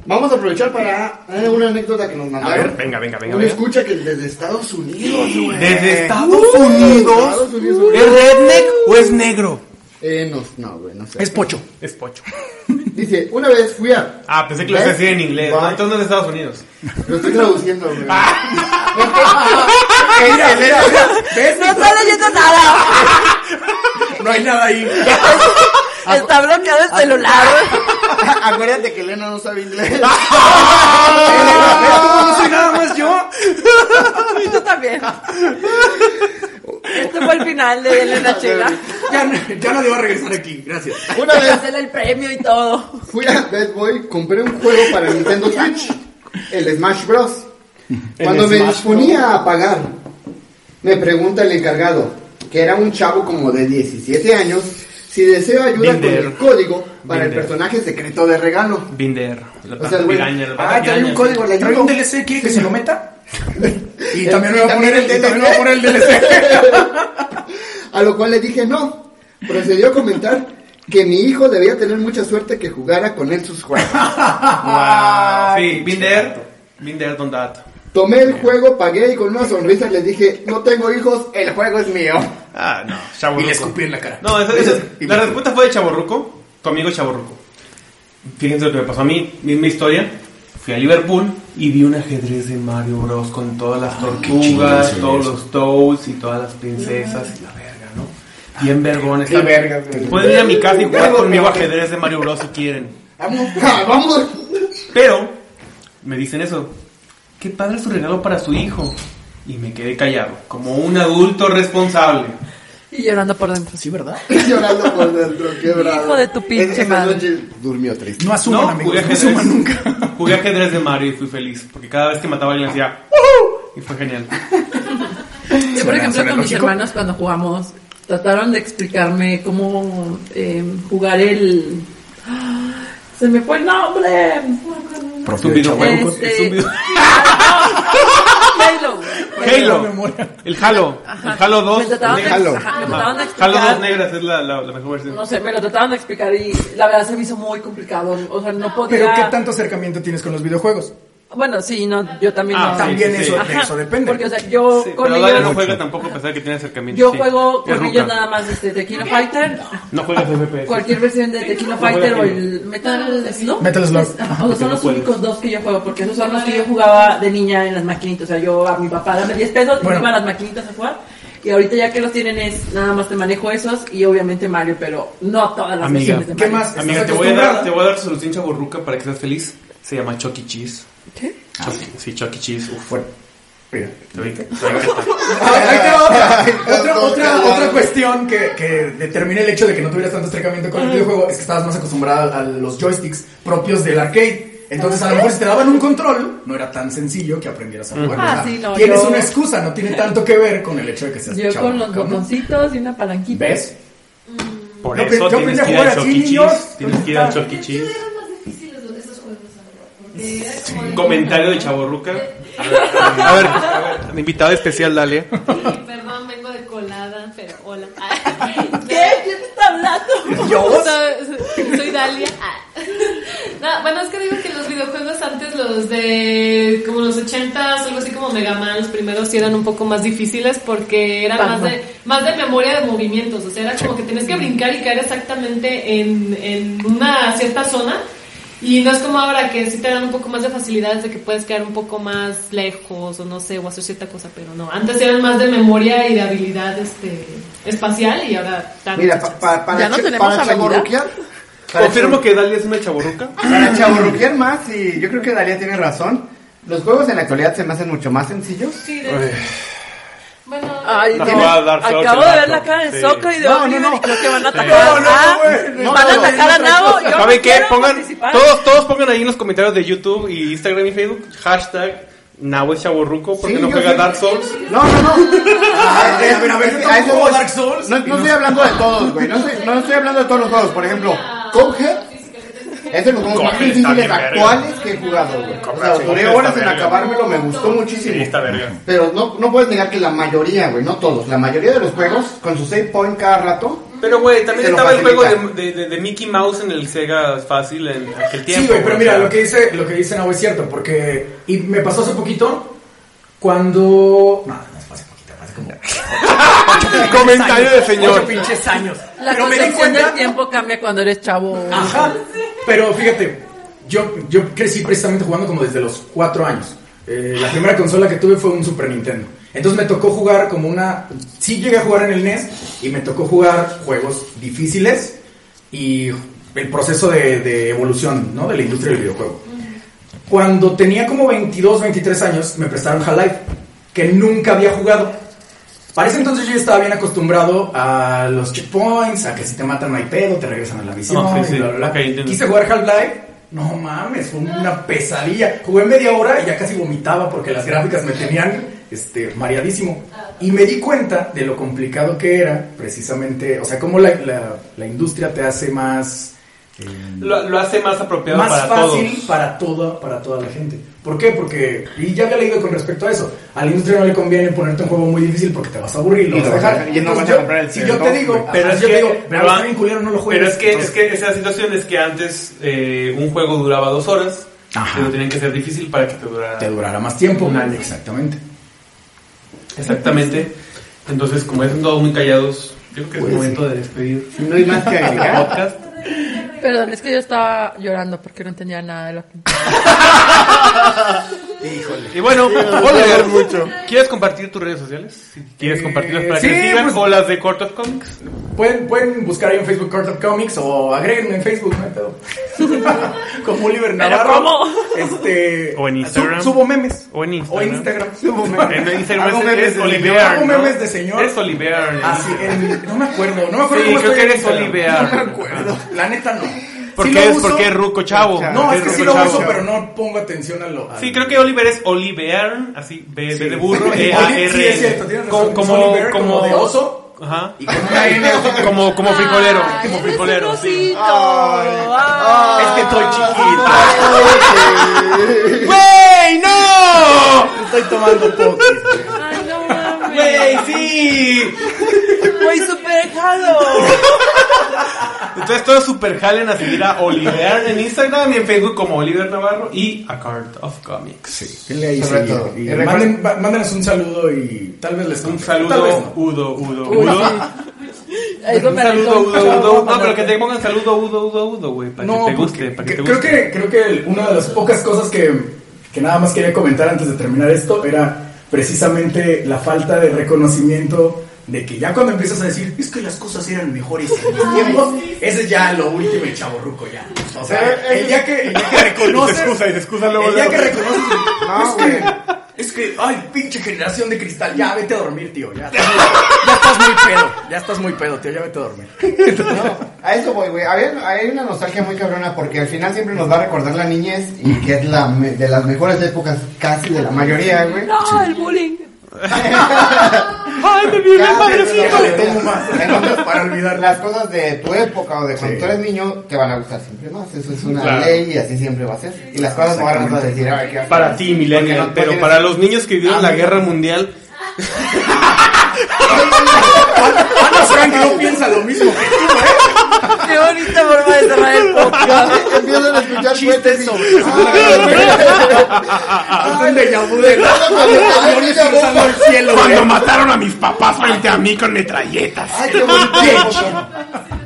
D: vamos a aprovechar para eh, una anécdota que nos mandaron.
C: Venga, venga, venga,
D: Uno
C: venga.
D: escucha que desde Estados Unidos, güey.
C: ¿Desde Estados Unidos?
D: Estados Unidos, güey.
C: ¿Es redneck o es negro?
D: Eh, no, no, güey, no sé.
B: Es pocho.
C: Es pocho.
D: Dice, una vez fui a...
C: Ah, pensé que lo decía en inglés. ¿no? Entonces no es de Estados Unidos.
D: Lo estoy traduciendo, güey.
B: Mira, mira, mira. ¿Ves?
P: No está leyendo nada.
B: No hay nada ahí.
P: Está bloqueado el celular.
D: Acuérdate que Elena no sabe inglés.
B: No soy nada más yo.
P: Y tú también. Este fue el final de Elena Chela.
B: Ya, no- ya nadie va a regresar aquí. Gracias.
D: Una vez
P: Cancela el premio y todo.
D: fui a Bad Boy, compré un juego para Nintendo Switch, el Smash Bros. Cuando me disponía a pagar, me pregunta el encargado, que era un chavo como de 17 años, si deseo ayuda
C: Binder.
D: con el código para el
C: Binder.
D: personaje secreto de regalo.
C: Binder. La
D: O sea,
C: pata
D: el güey,
C: piraña. La
D: ah,
C: pata
D: trae un
C: piraña.
D: código, le
B: ¿Trae un
D: ayudo.
B: DLC? ¿Quiere que se lo meta? Y
D: El-
B: también me va a
D: también
B: poner el,
D: el
B: y también me va a poner el DLC.
D: A lo cual le dije no. Procedió a comentar que mi hijo debía tener mucha suerte que jugara con él sus juegos.
C: Wow. Sí, Binder. Binder, don that.
D: Tomé el juego, pagué y con una sonrisa le dije, no tengo hijos, el juego es mío.
C: Ah, no. Chaburruco.
B: Y le escupí en la cara.
C: No, esa- esa- la respuesta fue de Chaborruco, tu amigo Chaborruco. Fíjense lo que me pasó a mí, misma historia. Fui a Liverpool y vi un ajedrez de Mario Bros. con todas las tortugas, todos los toads y todas las princesas y la verga, ¿no? Bien vergón esta
D: verga, güey.
C: Pueden ir a mi casa y jugar
D: Verga,
C: conmigo
D: verga.
C: ajedrez de Mario Bros. si quieren.
D: Vamos, ah, vamos.
C: Pero me dicen eso. Qué padre su regalo para su hijo. Y me quedé callado, como un adulto responsable.
A: Y llorando por dentro.
B: Sí, ¿verdad?
D: Llorando por dentro, quebrado.
A: Hijo de tu pinche madre.
D: durmió triste.
B: No asuman, amigos.
C: jugué
B: No
C: ajedrez.
B: asuman nunca.
C: Jugué ajedrez de Mario y fui feliz. Porque cada vez que mataba a alguien hacía "Woohoo", Y fue genial.
A: Yo, por
B: Suena-
A: ejemplo,
B: suena
A: con mis
B: lógico.
A: hermanos cuando jugamos, trataron de explicarme cómo eh, jugar el... ¡Ah! Se me fue el nombre.
C: pues, Es un videojuego.
A: Este-
C: Es un video-
A: Halo.
C: Halo.
B: memoria.
C: El Halo.
Q: Ajá.
C: El Halo 2.
Q: Me trataban de,
D: Halo.
Q: ajá, me trataban de
C: Ajá.
Q: explicar.
C: Halo 2 negras es la, la, la mejor versión.
A: No sé, me lo trataban de explicar y la verdad se me hizo muy complicado. O sea, no podía.
B: Pero ¿qué tanto acercamiento tienes con los videojuegos?
A: Bueno, sí, no, yo también no.
C: Ah, sí.
B: También eso, de
A: Ajá,
B: eso depende.
A: Porque, o sea, yo
C: Sí,
A: con
C: pero Dale no
A: ellos.
C: juega tampoco a pesar que tiene acercamiento.
A: Yo
C: sí.
A: juego
C: Es
A: con
C: ruca.
A: ellos nada más este Tequila Fighter,
C: No juegas FPS.
A: cualquier versión de Tequila Fighter o el Metal Slug.
B: Metal Slug.
A: Es- ajá, O sea, son los únicos dos que yo juego, porque esos son los que yo jugaba de niña en las maquinitas. O sea, yo a mi papá dame 10 pesos y
B: Bueno.
A: iba a las maquinitas a jugar. Y ahorita ya que los tienen es nada más te manejo esos y obviamente Mario, pero no todas las
C: Amiga,
A: versiones de
B: ¿Qué
A: Mario.
B: más? ¿Estás
C: Amiga, te voy, a dar,
B: acostumbrada?
C: te voy a dar solución chaburruca para que seas feliz. Se llama Chuck E. Cheese.
A: ¿Qué?
C: Chuck- sí, Chuck E. Cheese. Uf,
B: Bueno, mira.
C: te voy a- te voy a-
B: Ah, ahí te va otra. Otra,
D: no,
B: otra,
D: no, no.
B: otra cuestión que, que determina el hecho de que no tuvieras tanto acercamiento con el videojuego es que estabas más acostumbrada a los joysticks propios del arcade. Entonces, a lo mejor si te daban un control, no era tan sencillo que aprendieras a jugar.
A: Ah,
B: O sea,
A: sí, no,
B: tienes
A: yo-
B: una excusa, no tiene tanto que ver con el hecho de que seas
A: Yo
B: chavo,
A: con los
B: cabrón.
A: botoncitos y una palanquita.
B: ¿Ves?
C: Por
B: Yo
C: eso
B: aprendí- yo aprendí
C: tienes
B: a
C: que ir
B: jugar aquí
C: al Chuck
B: en
C: E.
B: New York.
C: Cheese. Tienes que ir al Chuck E.
R: Pero
C: Cheese.
R: eran más difíciles los- esos juegos, ¿no? Porque era como de-
C: Comentario de chaburruca. A ver, a ver, invitada especial, Dalia.
R: Sí, Perdón, vengo de colada, pero hola.
A: ¿Qué? ¿Quién está hablando?
B: ¿Yo?
R: Soy, soy Dalia. Ah. No, bueno, es que digo que los videojuegos antes, los de como los 80s, algo así como Mega Man, los primeros sí eran un poco más difíciles porque eran más de, más de memoria de movimientos. O sea, era como que tenías que brincar y caer exactamente en, en una cierta zona. Y no es como ahora que sí te dan un poco más de facilidades de que puedes quedar un poco más lejos o no sé, o hacer cierta cosa, pero no. Antes eran más de memoria y de habilidad este, espacial y ahora tan
D: Mira, pa- pa- para,
Q: ¿Ya no
D: cha-
Q: tenemos
D: para
Q: avenida?
D: chavorruquear. para
C: Confirmo que Dalia es una chaburruca.
D: Para chaburruquear más, y yo creo que Dalia tiene razón, los juegos en la actualidad se me hacen mucho más sencillos.
R: Sí, de- Bueno,
A: Ay,
C: No,
A: te-
C: va a dar Soccer,
A: acabo de ver
C: vato.
A: la cara de
C: Sí.
A: Soca y de
D: No, no,
A: Oliver
D: no.
A: y creo que van a atacar
D: No, no, no,
A: a-
D: güey, no,
A: van a
D: no,
A: atacar a
D: no,
A: Nabo. Yo
C: ¿Saben
A: no
C: qué?
A: quiero
C: Pongan,
A: participar.
C: todos, todos pongan ahí en los comentarios de YouTube y Instagram y Facebook, hashtag Nahue Chaburruco, porque
D: Sí,
C: no
D: yo
C: juega
D: sé.
C: Dark Souls.
D: No, no, no.
B: A ver, a ver, a ver, yo
D: A eso
B: tampoco
D: voy.
B: Dark Souls.
D: No, no estoy hablando de todos, güey. No estoy, no estoy hablando de todos los juegos. Por ejemplo, Cuphead es de los juegos más
C: Cuphead está
D: difíciles
C: bien verga.
D: actuales que he jugado, güey. O sea,
C: sí,
D: duré
C: Cuphead
D: horas
C: está
D: en
C: verga.
D: acabármelo, me gustó muchísimo.
C: Esta verga.
D: Pero no, no puedes negar que la mayoría, güey, no todos, la mayoría de los juegos, con su save point cada rato,
C: Pero, güey, también
D: Te lo
C: estaba el juego
D: facilita.
C: de, de- de- de Mickey Mouse en el Sega fácil en aquel tiempo.
B: Sí, güey, pero
C: o
B: mira,
C: sea.
B: lo que dice, lo que dice Nabo es cierto, porque. Y me pasó hace poquito cuando. No, no fue hace poquito, fue hace como.
C: Comentario de señor.
B: Ocho pinches años.
A: La
B: pero me di
A: concepción
B: cuenta. Ah.
A: del tiempo cambia cuando eres chavo.
B: Ajá. Pero fíjate, yo, yo crecí precisamente jugando como desde los cuatro años. Eh, la primera consola que tuve fue un Super Nintendo. Entonces me tocó jugar como una. Sí llegué a jugar en el NES y me tocó jugar juegos difíciles y el proceso de, de evolución ¿no? de la industria del videojuego. Cuando tenía como 22, 23 años, me prestaron Half-Life, que nunca había jugado. Para ese entonces yo ya estaba bien acostumbrado a los checkpoints, a que si te matan no hay pedo, te regresan a la misión,
C: Ah, sí, sí.
B: y bla, bla, bla.
C: Ok, entiendo.
B: Quise jugar Half-Life, no mames, fue una pesadilla. Jugué media hora y ya casi vomitaba porque las gráficas me tenían este, mareadísimo. Y me di cuenta de lo complicado que era, precisamente, o sea, cómo la, la- la industria te hace más... eh,
C: Lo, lo hace más apropiado
B: más
C: para
B: fácil
C: todos.
B: para toda para toda la gente. ¿Por qué? Porque y ya había leído con respecto a eso. A la industria no le conviene ponerte un juego muy difícil porque te vas a aburrir, lo
D: Y
B: vas a
D: lo vas a
B: dejar.
D: dejar, y no
B: Entonces,
D: vas a
B: yo-
D: comprar el
B: si
D: CD,
B: yo te
D: ¿no?
B: digo,
C: Pero
B: ajá,
C: es
B: yo
C: que-
B: te digo,
C: pero
B: pero
C: va-
B: está bien culero, no lo juegues.
C: Pero es que, es
B: Entonces,
C: que esa situación es que antes eh, un juego duraba dos horas,
B: Ajá.
C: pero tenían que ser difícil para que te durara.
B: te durará más tiempo.
C: Un año.
B: Exactamente.
C: Exactamente. Entonces, como ya están todos muy callados, yo creo que
B: Pues
C: es momento de despedir
D: no hay más que
C: el
D: agregar.
C: podcast.
A: Perdón, es que yo estaba llorando porque no entendía nada de lo que...
C: Y bueno, Oliver, ¿quieres compartir tus redes sociales? Si ¿Quieres
B: Eh,
C: compartirlas para
B: sí,
C: que sigan
B: pues-
C: o las de Court of Comics?
B: Pueden, pueden buscar ahí en Facebook Court of Comics o agréguenme en Facebook, no hay pedo. Como Oliver Navarro.
A: cómo?
B: Este,
C: O en Instagram.
B: sub- subo memes.
C: O en Instagram.
B: O en Instagram. Subo memes.
C: En Instagram
B: Hago
C: es-
B: memes
C: es
B: de-
C: Oliver,
B: hago
C: ¿no?
B: memes de señor. Ah,
C: Es Oliver. ¿no?
B: Así, en- no me acuerdo, no me acuerdo.
C: Sí,
B: cómo estoy
C: creo que
B: en
C: eres
B: Instagram.
C: Oliver.
B: No me acuerdo, la neta no.
C: ¿Por
B: Sí
C: qué
B: lo
C: es,
B: uso.
C: porque es Ah, ruco chavo?
B: No,
C: Porque
B: es que sí
C: ruco
B: lo
C: chavo.
B: uso, pero no pongo atención a lo. al-
C: Sí, creo que Oliver es Oliver, así, B, B de burro,
B: Sí,
C: E, A,
B: Oli-
C: R.
B: sí, es cierto, tienes
C: como,
B: razón,
C: como,
B: es Oliver,
C: como,
B: como de oso.
C: Ajá.
B: Y con una N.
C: Como, como frijolero,
A: Ay, eres
C: como
A: un
C: frijolero, sí.
A: osito. Ay.
D: Ah,
B: Es que estoy chiquito.
C: ¡Güey, no!
B: Estoy tomando poquito.
A: Ay,
C: güey! ¡Sí!
A: Güey, súper dejado.
C: Entonces todos super jalen a seguir a Oliver en Instagram y en Facebook como Oliver Navarro y A Card of Comics.
B: Denle ahí
D: Sobre
B: seguir.
D: todo.
B: Y
D: Y recuerden-
B: manden- va- mándenos un saludo y tal vez les
C: Un
B: compre. Tal vez
C: saludo,
B: no.
C: Udo, Udo,
A: Uy,
C: Udo.
A: sí. Ahí es
C: Un
A: donde
C: saludo,
A: arrancó.
C: Udo, Udo. No, pero que te pongan saludo, Udo, Udo, Udo, güey. Para
B: No,
C: que te
B: porque
C: guste, para que te
B: creo
C: guste.
B: que creo que el- una de las pocas cosas que, que nada más quería comentar antes de terminar esto era precisamente la falta de reconocimiento de que ya cuando empiezas a decir es que las cosas eran mejores en mis tiempos, ese es ya lo último y chaborruco ya. O
D: Eh,
B: sea, el día que, el día que reconoces,
C: y se excusa
B: el día que reconoces,
D: No,
B: es
D: güey.
B: que, es que, ay, pinche generación de cristal, ya vete a dormir, tío, ya estás, ya estás muy pedo, ya estás muy pedo, tío, ya vete a dormir.
D: No, a eso voy, güey. Hay, hay una nostalgia muy cabrona porque al final siempre nos va a recordar la niñez y que es la me- de las mejores épocas, casi de la mayoría, güey.
A: No, el bullying.
C: ¡Ay, me vive
D: Ya,
C: madrecito!
D: ya, ya, ya.
B: Tomo más.
D: Entonces, para olvidar las cosas de tu época o de cuando
B: Sí.
D: tú eres niño, te van a gustar siempre más. Eso es una
C: Claro.
D: ley y así siempre va a ser. Y las cosas modernas vas a decir, ay, qué asco.
C: Para ti,
D: Porque
C: millennial,
D: no
C: pero
D: tienes-
C: para los niños que vivieron
D: Ah,
C: la
D: mira.
C: guerra mundial,
B: Ana Ah, Frank no piensa lo mismo que tú, ¿eh?
A: Qué bonita forma de cerrar el podcast.
D: Empiezan a escuchar
B: Chistes
D: chistes
B: sobre- Hasta el déjà vu de la- Aviones cruzando el cielo, güey.
C: mataron a mis papás frente a mí con metralletas.
D: Ay, qué bonito.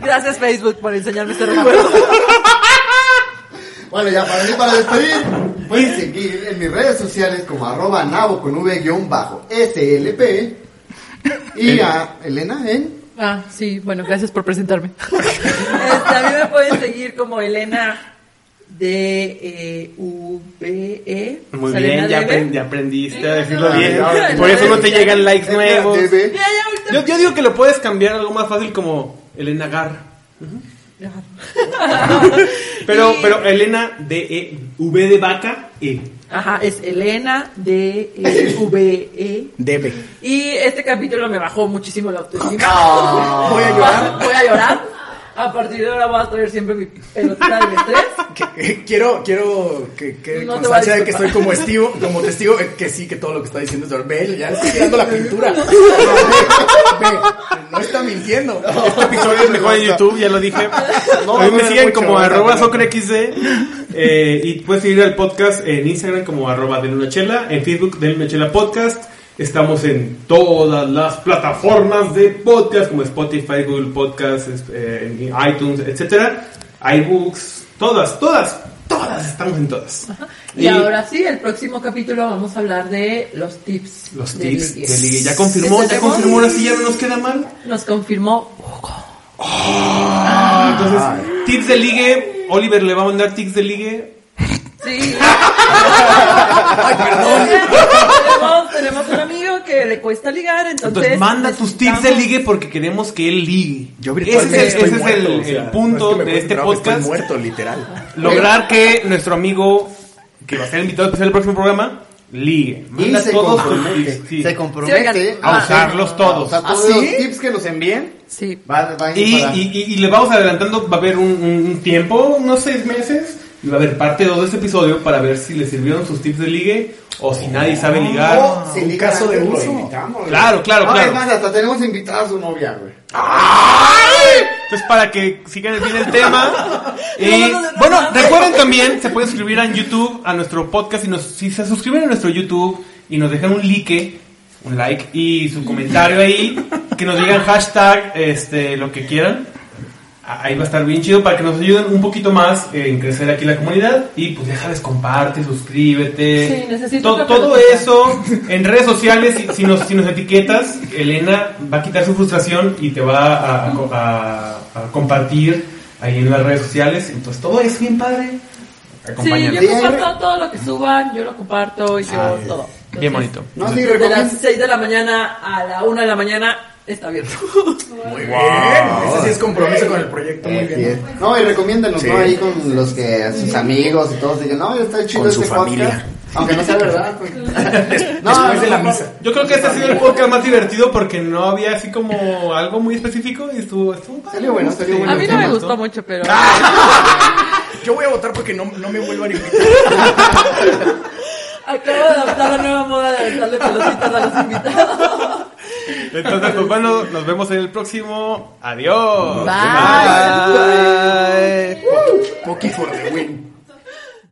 A: Gracias, Facebook, por enseñarme este recuerdo.
D: Bueno, ya para mí, para despedir, pueden seguir en mis redes sociales como arroba nabo con v guión bajo SLP y a Elena en...
A: Ah, sí, bueno, gracias por presentarme. Este, a mí me pueden seguir como Elena D E U B E.
C: Muy
A: Elena
C: bien, ya,
A: Debe.
C: aprend- ya aprendiste a decirlo bien.
D: ya,
C: Por
A: ya,
C: eso no
A: ya,
C: te
A: ya.
C: llegan likes nuevos.
D: TV.
A: Ya, ya, ahorita.
C: Yo, yo digo que lo puedes cambiar a algo más fácil como Elena Gar. Pero,
A: Y-
C: pero Elena D E V de vaca E.
A: Ajá, es Elena D E V E.
B: Debe.
A: Y este capítulo me bajó muchísimo la autoestima.
D: Ah.
A: voy a llorar, voy a llorar. A partir de ahora voy a traer siempre mi pelotita del estrés.
B: Que- Quiero, quiero que, que
A: No te voy a
B: constancia de que
A: disculpar.
B: estoy como testigo, como testigo eh, que sí, que todo lo que está diciendo es de Orbel, ya le estoy tirando la pintura. Ve, ve, No está mintiendo.
C: Este episodio es mejor en YouTube, ya lo dije.
D: No,
C: a mí
D: no,
C: me
D: no,
C: siguen
D: mucho,
C: como
D: no,
C: arroba
D: no.
C: SocraXD. eh, y puedes seguir al podcast en Instagram como arroba Denle una chela, en Facebook Denle una chela podcast. Estamos en todas las plataformas de podcast como Spotify, Google Podcast, es- eh, en iTunes, etcétera, iBooks, todas, todas, todas, estamos en todas.
A: Y, ahora sí, el próximo capítulo vamos a hablar de los tips.
C: los
A: de
C: tips
A: ligue.
C: de ligue. Ya confirmó, ya
A: Empecemos.
C: confirmó, ahora sí ya no nos queda mal.
A: Nos confirmó
C: Entonces, tips de ligue, Oliver le va a mandar tips de ligue
A: Sí. Tenemos, tenemos un amigo que le cuesta ligar, entonces.
C: Entonces, manda tus tips de
A: necesitamos-
C: ligue porque queremos que él ligue.
B: Yo
C: ese es el,
B: virtualmente estoy
C: ese es
B: muerto,
C: el-
B: o sea,
C: el punto
B: no es que me
C: de
B: cueste
C: este
B: trabajo, Estoy
C: podcast.
B: muerto, literal.
C: Lograr que nuestro amigo, que va a ser invitado especial del próximo programa, ligue.
D: Y
C: Manda
D: se
C: todos tus
D: compromete.
C: tips, sí.
D: Se
A: Sí,
D: compromete
A: oigan.
C: a
A: Ah,
C: usarlos todos.
D: a todos
B: ¿Ah, sí?
D: los tips que nos envíen.
A: Sí.
D: Va, va a
C: Y,
D: ir para-
C: y- y- y le vamos adelantando, va a haber un, un- un tiempo, unos seis meses, y va a haber parte 2 de este episodio para ver si le sirvieron sus tips de ligue o si nadie sabe ligar.
D: O si
B: un
D: ligan
B: caso
D: antes,
B: de
D: lo
B: uso.
D: invitamos, güey.
C: Claro, claro,
D: No,
C: claro.
D: Es más, hasta tenemos invitada a su novia, güey.
C: Entonces, para que sigan bien el tema.
A: No,
C: Y,
A: no, no, no,
C: bueno,
A: no.
C: recuerden también, se pueden suscribir a YouTube, a nuestro podcast. Y nos, si se suscriben a nuestro YouTube y nos dejan un like, un like y su comentario ahí, que nos digan hashtag, este, lo que quieran. a- Ah, Ahí va a estar bien chido para que nos ayuden un poquito más eh, en crecer aquí la comunidad. Y pues déjales, comparte, suscríbete.
A: Sí, necesito
C: To-
A: otra
C: todo
A: pelotita.
C: eso en redes sociales. Si, si nos, si nos etiquetas, Elena va a quitar su frustración y te va a, a- a- a compartir ahí en las redes sociales. Entonces todo es bien padre.
A: Sí,
C: Acompáñanos.
A: yo comparto todo lo que suban, yo lo comparto y yo todo. Entonces,
C: bien bonito.
D: No, sí,
A: De las
D: recomiendo.
A: 6 de la mañana a la 1 de la mañana está abierto.
B: Muy bien. Ese sí es compromiso con el proyecto, muy
D: Así
B: bien.
D: es. No, y recomiéndanos,
B: Sí.
D: ¿no? Ahí con los que, sus amigos y todos digan, no, está chido
B: Con su
D: este podcast.
B: familia.
D: Aunque no sea verdad, güey.
B: Después de la misa.
C: Yo creo que este ha sido el podcast más divertido porque no había así como algo muy específico y estuvo, estuvo padre.
D: Salió bueno, salió bueno.
A: A mí no me gustó mucho, pero.
C: Ah.
A: A
B: Yo voy a votar porque no, no me vuelvan a invitar.
A: acabo de adoptar la nueva moda de darle pelotitas a los invitados.
C: Entonces, pues bueno, nos vemos en el próximo. Adiós.
A: Bye.
B: Poki for the win.